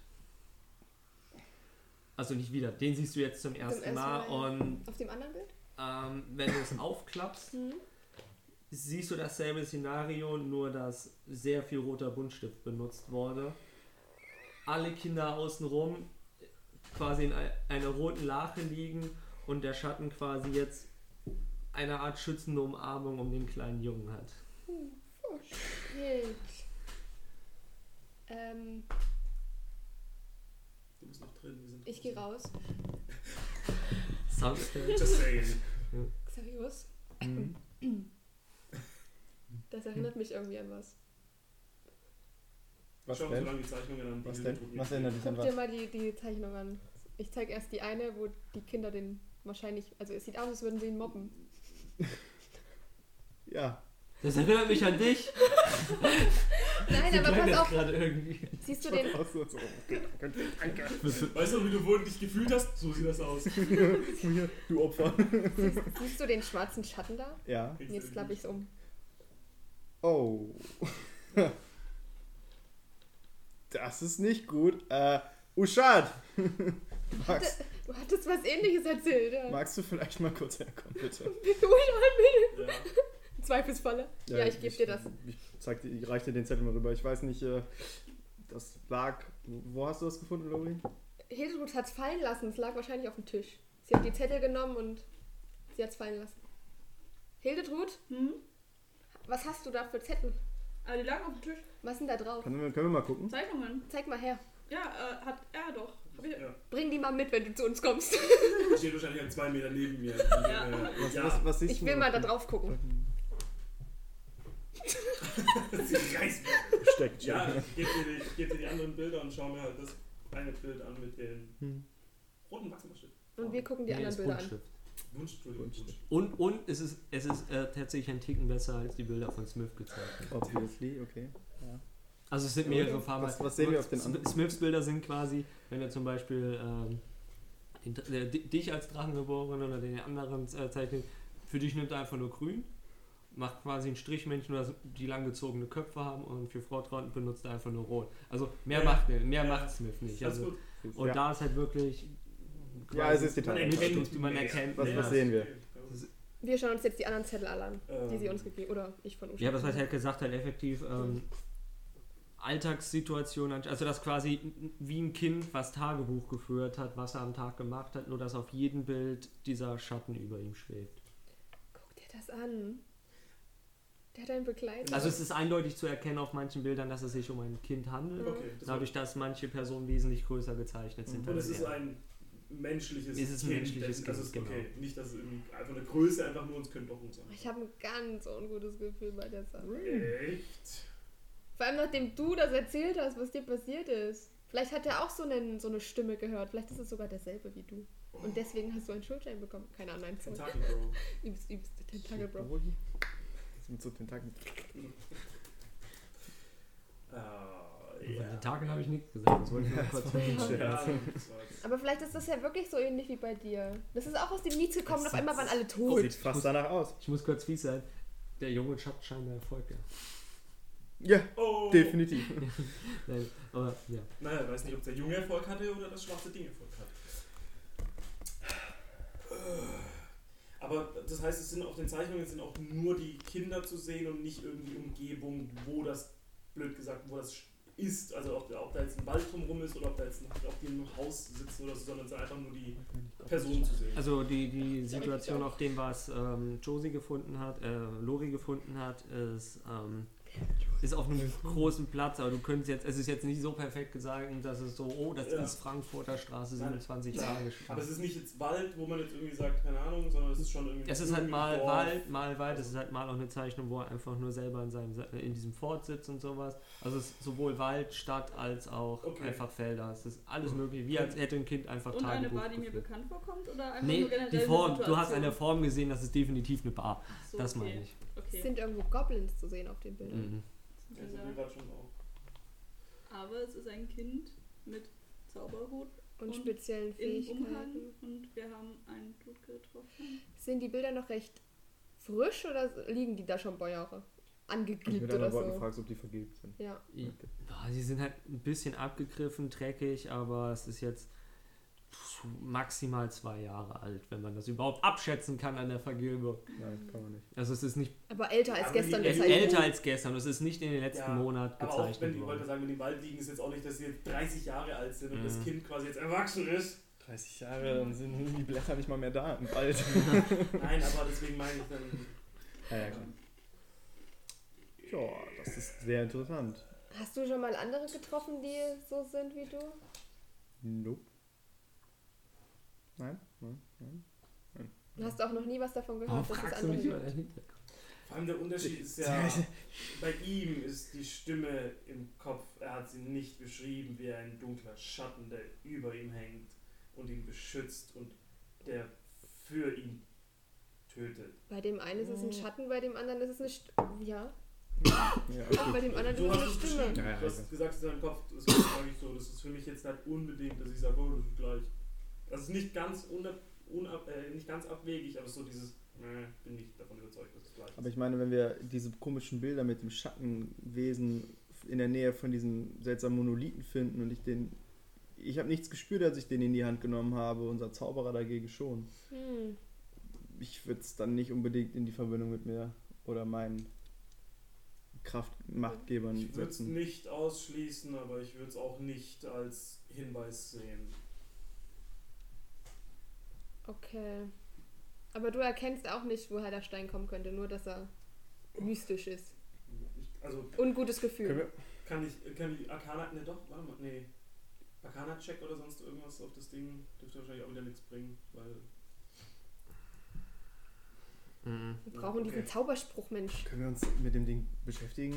Also nicht wieder, den siehst du jetzt zum ersten,
ersten Mal,
Mal.
ja.
Und
Auf dem anderen Bild?
ähm, wenn du es aufklappst,
Mhm.
siehst du dasselbe Szenario, nur dass sehr viel roter Buntstift benutzt wurde. Alle Kinder außenrum quasi in ei- einer roten Lache liegen und der Schatten quasi jetzt eine Art schützende Umarmung um den kleinen Jungen hat.
Oh, shit. Ähm,
Du bist noch drin, wir sind
ich gehe raus.
Sound
Just saying.
Xavius.
Mhm.
Das erinnert mich irgendwie an was.
Was
Schauen wir so
denn?
lange die Zeichnungen an. die
Was
Hildetrud
denn?
nicht
Was ändert dich an
Guck dir
was?
mal die, die Zeichnung an. Ich zeig erst die eine, wo die Kinder den wahrscheinlich. Also, es sieht aus, als würden sie ihn mobben.
Ja.
Das erinnert mich an dich.
Nein, aber
Kleine
pass auf.
gerade irgendwie.
Siehst du den.
Achso, so. Okay, okay, danke.
sieht. Weißt du, wie du wohl dich gefühlt hast? So sieht das aus.
Hier, du Opfer.
Siehst, siehst du den schwarzen Schatten da?
Ja.
Jetzt klappe ich es um.
Oh. Das ist nicht gut. Äh, Ushad! Magst,
Du hattest was ähnliches erzählt. Ja.
magst du vielleicht mal kurz herkommen, bitte?
Ja.
Im Zweifelsfalle. Ja, ich gebe dir das.
Ich, zeig dir, ich reich dir den Zettel mal rüber. Ich weiß nicht, äh, das lag. Wo hast du das gefunden, Lori?
Hildebrand hat es fallen lassen. Es lag wahrscheinlich auf dem Tisch. Sie hat die Zettel genommen und sie hat es fallen lassen. Hildetrud,
Hm?
was hast du da für Zettel?
Aber die lagen auf dem Tisch.
Was sind da drauf?
Können wir, können wir mal gucken?
Zeichnungen.
Zeig mal her.
Ja, äh, hat er doch. Hab ich,
Ja.
Bring die mal mit, wenn du zu uns kommst.
Die Steht wahrscheinlich an zwei Meter neben mir. Äh,
Was,
ja,
was, was siehst
Ich
du
will
denn
mal
auf
da
dem-
drauf gucken.
auf dem
sie reißt mich.
Steck,
Ja,
Jack?
ich gebe dir, die- ich geb dir die anderen Bilder und schau mir halt das eine Bild an mit den
Hm.
roten Wachsmaschinen.
Und wir gucken die
Nee,
anderen
ist
Bilder an.
Buntstift.
Wunsch, Entschuldigung, Wunsch.
Und, und es ist, es ist äh, tatsächlich ein Ticken besser als die Bilder von Smith gezeichnet.
Obviously, okay.
Also es sind mehrere Farben.
Was- was sehen wir auf den
Sm-
anderen?
Smiths Bilder sind quasi, wenn er zum Beispiel ähm, den, Dr- äh, di- dich als Drachengeborenen oder den anderen äh, zeichnet, für dich nimmt er einfach nur grün, macht quasi ein Strichmännchen, oder so- die langgezogene Köpfe haben und für Fortran benutzt er einfach nur rot. Also mehr
Ja,
macht er- mehr
ja.
macht Smith nicht.
Alles
Also,
gut.
und
ja.
da ist halt wirklich
Ja, es ist die
man
Tat.
erkennt, man erkennt
Was-
mehr.
was sehen wir?
Wir schauen uns jetzt die anderen Zettel alle an, die sie
Ähm,
uns gegeben Oder ich von Uschi.
Ja, was halt halt gesagt hat, effektiv ähm, Alltagssituationen, also das quasi wie ein Kind, was Tagebuch geführt hat, was er am Tag gemacht hat, nur dass auf jedem Bild dieser Schatten über ihm schwebt.
Guck dir das an. Der hat einen Begleiter.
Also es ist eindeutig zu erkennen auf manchen Bildern, dass es sich um ein Kind handelt,
Okay, das war-
dadurch, dass manche Personen wesentlich größer gezeichnet sind.
Und es
als
ist
er.
ein menschliches
Es ist ein
Kind.
menschliches
denn- also
Kind, Genau.
es ist okay. Nicht, dass es irgendwie einfach eine Größe einfach nur uns könnte doch uns
ich habe ein ganz ungutes Gefühl bei der Sache.
Echt?
Vor allem nachdem du das erzählt hast, was dir passiert ist. Vielleicht hat er auch so, einen, so eine Stimme gehört. Vielleicht ist es sogar derselbe wie du. Und deswegen hast du einen Schuldschein bekommen. Keine Ahnung, nein, sorry.
Oh, Tentakel, Bro.
Übelst, übelst Tentakel, Bro.
Das sind so Tentakel.
Ah,
Von
ja.
den Tagen habe ich nichts gesagt, das wollte ich nur kurz
war-
sagen.
Ja, das war's.
Aber vielleicht ist das ja wirklich so ähnlich wie bei dir. Das ist auch aus dem Nichts gekommen und auf einmal waren alle
Sieht
tot.
fast danach aus.
Ich muss kurz fies sein, der Junge schafft scheinbar Erfolg, ja.
Ja,
Oh!
definitiv.
Nein, aber ja.
Naja, weiß nicht, ob der Junge Erfolg hatte oder das schwarze Ding Erfolg hat. Aber das heißt, es sind auf den Zeichnungen sind auch nur die Kinder zu sehen und nicht irgendwie Umgebung, wo das, blöd gesagt, wo das ist. Also ob, ob da jetzt ein Wald drumherum ist oder ob da jetzt ein, ob die im Haus sitzen oder so, sondern es sind einfach nur die Personen zu sehen.
Also die, die Situation, auf dem was ähm, Josie gefunden hat, äh, Lori gefunden hat, ist, ähm, ist auf einem großen Platz, aber du könntest jetzt, es ist jetzt nicht so perfekt gesagt, dass es so, oh, das
Ja.
ist Frankfurter Straße
Nein.
27 Jahre.
Aber es ist nicht jetzt Wald, wo man jetzt irgendwie sagt, keine Ahnung, sondern es ist schon irgendwie.
Es ist halt mal
Dorf.
Wald, mal Wald, es ist halt mal auch eine Zeichnung, wo er einfach nur selber in, seinem, Sa- in diesem Fort sitzt und sowas. Also es ist sowohl Wald, Stadt als auch
Okay.
einfach Felder. Es ist alles möglich, wie als hätte ein Kind einfach
Und eine
Tagebuch
Bar, die mir
geführt.
bekannt vorkommt? Oder einfach
Nee,
nur generell
die
eine
Form, du hast
Situation?
eine Form gesehen, das ist definitiv eine Bar.
Ach so,
das
okay.
meine ich.
Es
Okay. Also,
sind irgendwo Goblins zu sehen auf den
Genau.
Bildern.
Mhm.
Ja, so wie grad Also schon auch.
Aber es ist ein Kind mit Zauberhut
Und,
Und
speziellen
im
Fähigkeiten.
Umhang und wir haben einen Dude getroffen.
Sind die Bilder noch recht frisch oder liegen die da schon Bäuere?
Ich
Angegilbt
mit anderen
oder
Worten
so?
fragst, ob die vergilbt sind.
Ja.
Ja, sie sind halt ein bisschen abgegriffen, dreckig, aber es ist jetzt maximal zwei Jahre alt, wenn man das überhaupt abschätzen kann an der Vergilbung.
Nein, kann man nicht.
Also es ist nicht
Aber älter als
Aber
gestern halt
die-
es ist
gezeichnet.
älter als gestern, es ist nicht in den letzten
Ja,
Monat
Aber auch wenn
gezeichnet
die Leute
worden.
sagen, wenn die im Wald liegen, ist jetzt auch nicht, dass sie jetzt 30 Jahre alt sind und
Mhm.
das Kind quasi jetzt erwachsen ist.
30 Jahre, dann sind die Blätter nicht mal mehr da im Wald.
Nein, aber deswegen meine ich dann.
ja, ja, klar. Ja, das ist sehr interessant.
Hast du schon mal andere getroffen, die so sind wie du?
Nope. Nein, nein, nein.
Und hast du auch noch nie was davon
Oh,
gehört,
Warum
dass es
fragst du
andere
mich
gibt?
über den Hintergrund?
Vor allem der Unterschied ist ja, bei ihm ist die Stimme im Kopf, er hat sie nicht beschrieben wie ein dunkler Schatten, der über ihm hängt und ihn beschützt und der für ihn tötet.
Bei dem einen ist es ein Schatten, bei dem anderen ist es eine Stimme. Ja.
Ja,
Auch bei dem anderen
So
ist
hast du
es
es
eine
beschrieben.
Stimme.
Ja, ja,
Du hast
ja.
gesagt, es ist in deinem Kopf, das ist sag ich so. Das ist für mich jetzt nicht unbedingt, dass ich sage, oh, das ist gleich. Das ist nicht ganz, unab, unab, äh, nicht ganz abwegig, aber so dieses, äh, bin nicht davon überzeugt, dass es gleich ist.
Aber ich meine, wenn wir diese komischen Bilder mit dem Schattenwesen in der Nähe von diesem seltsamen Monolithen finden und ich den. Ich habe nichts gespürt, als ich den in die Hand genommen habe, unser Zauberer dagegen schon.
Hm.
Ich würde es dann nicht unbedingt in die Verbindung mit mir oder meinen Kraftmachtgebern
Ich würde es
setzen.
nicht ausschließen, aber ich würde es auch nicht als Hinweis sehen.
Okay. Aber du erkennst auch nicht, woher der Stein kommen könnte, nur dass er mystisch ist.
Ich, also
Ungutes Gefühl.
Können wir-
kann ich, kann die Arcana, ne doch, warte mal, nee. Arcana-Check oder sonst irgendwas auf das Ding dürfte wahrscheinlich auch wieder nichts bringen, weil.
Mhm.
Wir brauchen diesen
Okay.
Zauberspruch, Mensch.
Können wir uns mit dem Ding beschäftigen?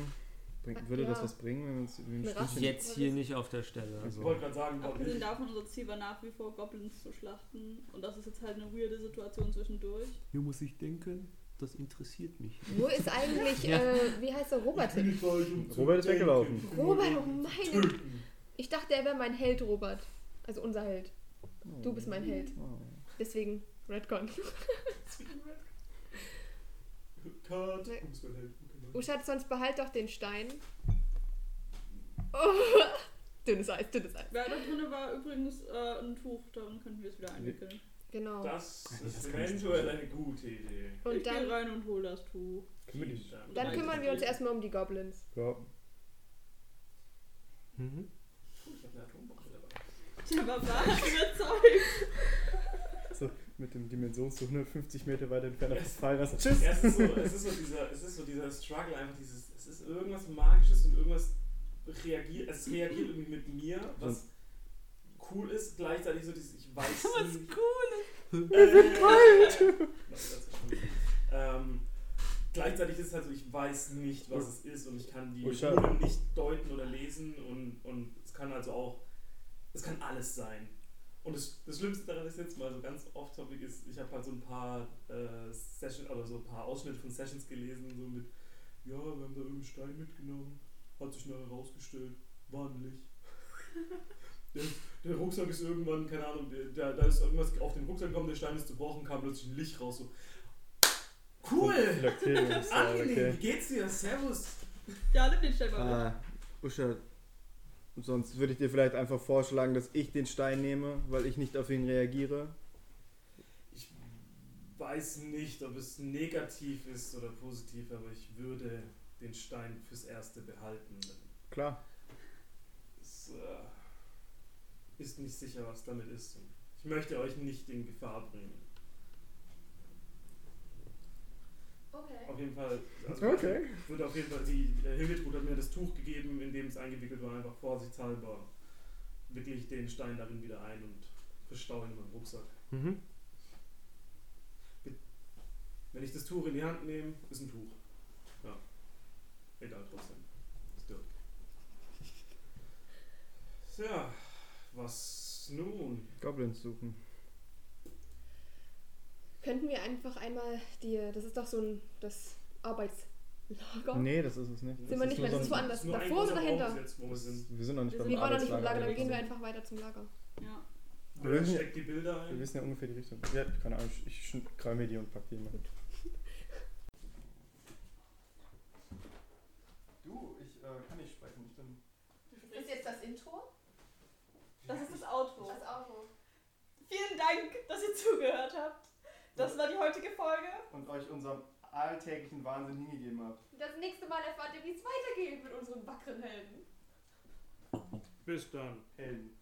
Bring,
Ah,
würde das
ja.
was bringen, wenn wir uns irgendwie ein
Eine Rache.
Stückchen-
Jetzt hier nicht auf der Stelle.
Ich
Also.
wollte gerade sagen, warum
Abgesehen
nicht?
davon, unser Ziel war nach wie vor, Goblins zu schlachten. Und das ist jetzt halt eine weirde Situation zwischendurch.
Hier muss ich denken, das interessiert mich.
Wo ist eigentlich,
Ja.
äh, wie heißt der Robert
Ich bin
hin?
nicht reich, um zu
Robert ist
denken.
weggelaufen.
Robert, oh meine.
Töten.
Ich dachte, er wäre mein Held, Robert. Also unser Held.
Oh.
Du bist mein Held.
Oh.
Deswegen Redcon.
Cut.
Nee.
Muss man helfen, genau.
Uschat, Oh, sonst behalt doch den Stein. Oh. Dünnes Eis, dünnes Eis.
Weil da drin war übrigens äh, ein Tuch, darin könnten wir es wieder einwickeln.
Genau.
Das
Nee, das
ist
kann ich nicht
eventuell eine gute Idee.
Und
ich gehe
dann,
rein und hole das Tuch.
Können wir nicht.
Vielen Dank.
dann kümmern wir uns erstmal um die Goblins.
Ja.
Mhm.
Ich hab eine Atombombe dabei.
Tja, aber war ich überzeugt.
So, mit dem Dimensionszug 150 Meter weiter entfernt auf das Fallwasser. Tschüss!
Ja, es, ist so, es, ist so dieser, es ist so dieser Struggle, einfach dieses, es ist irgendwas Magisches und irgendwas reagiert, es reagiert irgendwie mit mir, was cool ist, gleichzeitig so dieses, ich weiß
Was
nie-
cool.
Wir sind kalt! ähm, gleichzeitig ist es halt so, ich weiß nicht, was es ist und ich kann die
Usha.
Runen nicht deuten oder lesen und, und es kann also auch, es kann alles sein. Und das, das Schlimmste daran ist jetzt mal so ganz off-topic ist, ich habe halt so ein paar äh, Sessions oder so ein paar Ausschnitte von Sessions gelesen, so mit, ja, wir haben da irgendeinen Stein mitgenommen, hat sich nachher rausgestellt, war ein Licht. Der, der Rucksack ist irgendwann, keine Ahnung, der, da- da ist irgendwas auf den Rucksack gekommen, der Stein ist zerbrochen, kam plötzlich ein Licht raus. So. Cool!
Laktee,
Angenehm,
okay.
wie geht's dir? Servus!
Ja, nimm den Stein mal.
Ah, Usha, sonst würde ich dir vielleicht einfach vorschlagen, dass ich den Stein nehme, weil ich nicht auf ihn reagiere.
Ich weiß nicht, ob es negativ ist oder positiv, aber ich würde den Stein fürs Erste behalten.
Klar.
Es äh, ist nicht sicher, was damit ist. Und ich möchte euch nicht in Gefahr bringen.
Okay.
Auf jeden Fall. also-
Okay.
Wird auf jeden Fall, die äh, Hildetrud hat mir das Tuch gegeben, in dem es eingewickelt war, einfach vorsichtshalber wickel ich den Stein darin wieder ein und verstaue ihn in meinem Rucksack.
Mhm.
Wenn ich das Tuch in die Hand nehme, ist ein Tuch. Ja. Egal, trotzdem. Ist dirt. Tja, was nun?
Goblins suchen.
Könnten wir einfach einmal die, das ist doch so ein, das Arbeitslager.
Nee, das ist es nicht.
Sind wir nicht,
nur
weil das ist
so ein-
woanders.
nur ein
Davor oder
großer Raum
dahinter?
bis Jetzt, wo wir sind.
Wir sind noch nicht
Wir
beim
Wir waren noch nicht im Lager,
Arbeitslager.
dann gehen wir
sind.
einfach weiter zum Lager.
Ja.
Wer steckt die Bilder
Wir
ein?
wissen ja ungefähr die Richtung. Ja, keine Ahnung, ich- ich schn- kräume die und pack die mal. Du, ich äh, kann nicht sprechen. Ich bin
Ist jetzt das Intro?
Das ist das Auto.
Auto.
Vielen Dank, dass ihr zugehört habt. Das war die heutige Folge.
und euch unserem alltäglichen Wahnsinn hingegeben habt.
Das nächste Mal erfahrt ihr, wie es weitergeht mit unseren wackeren Helden.
Bis dann.
Helden.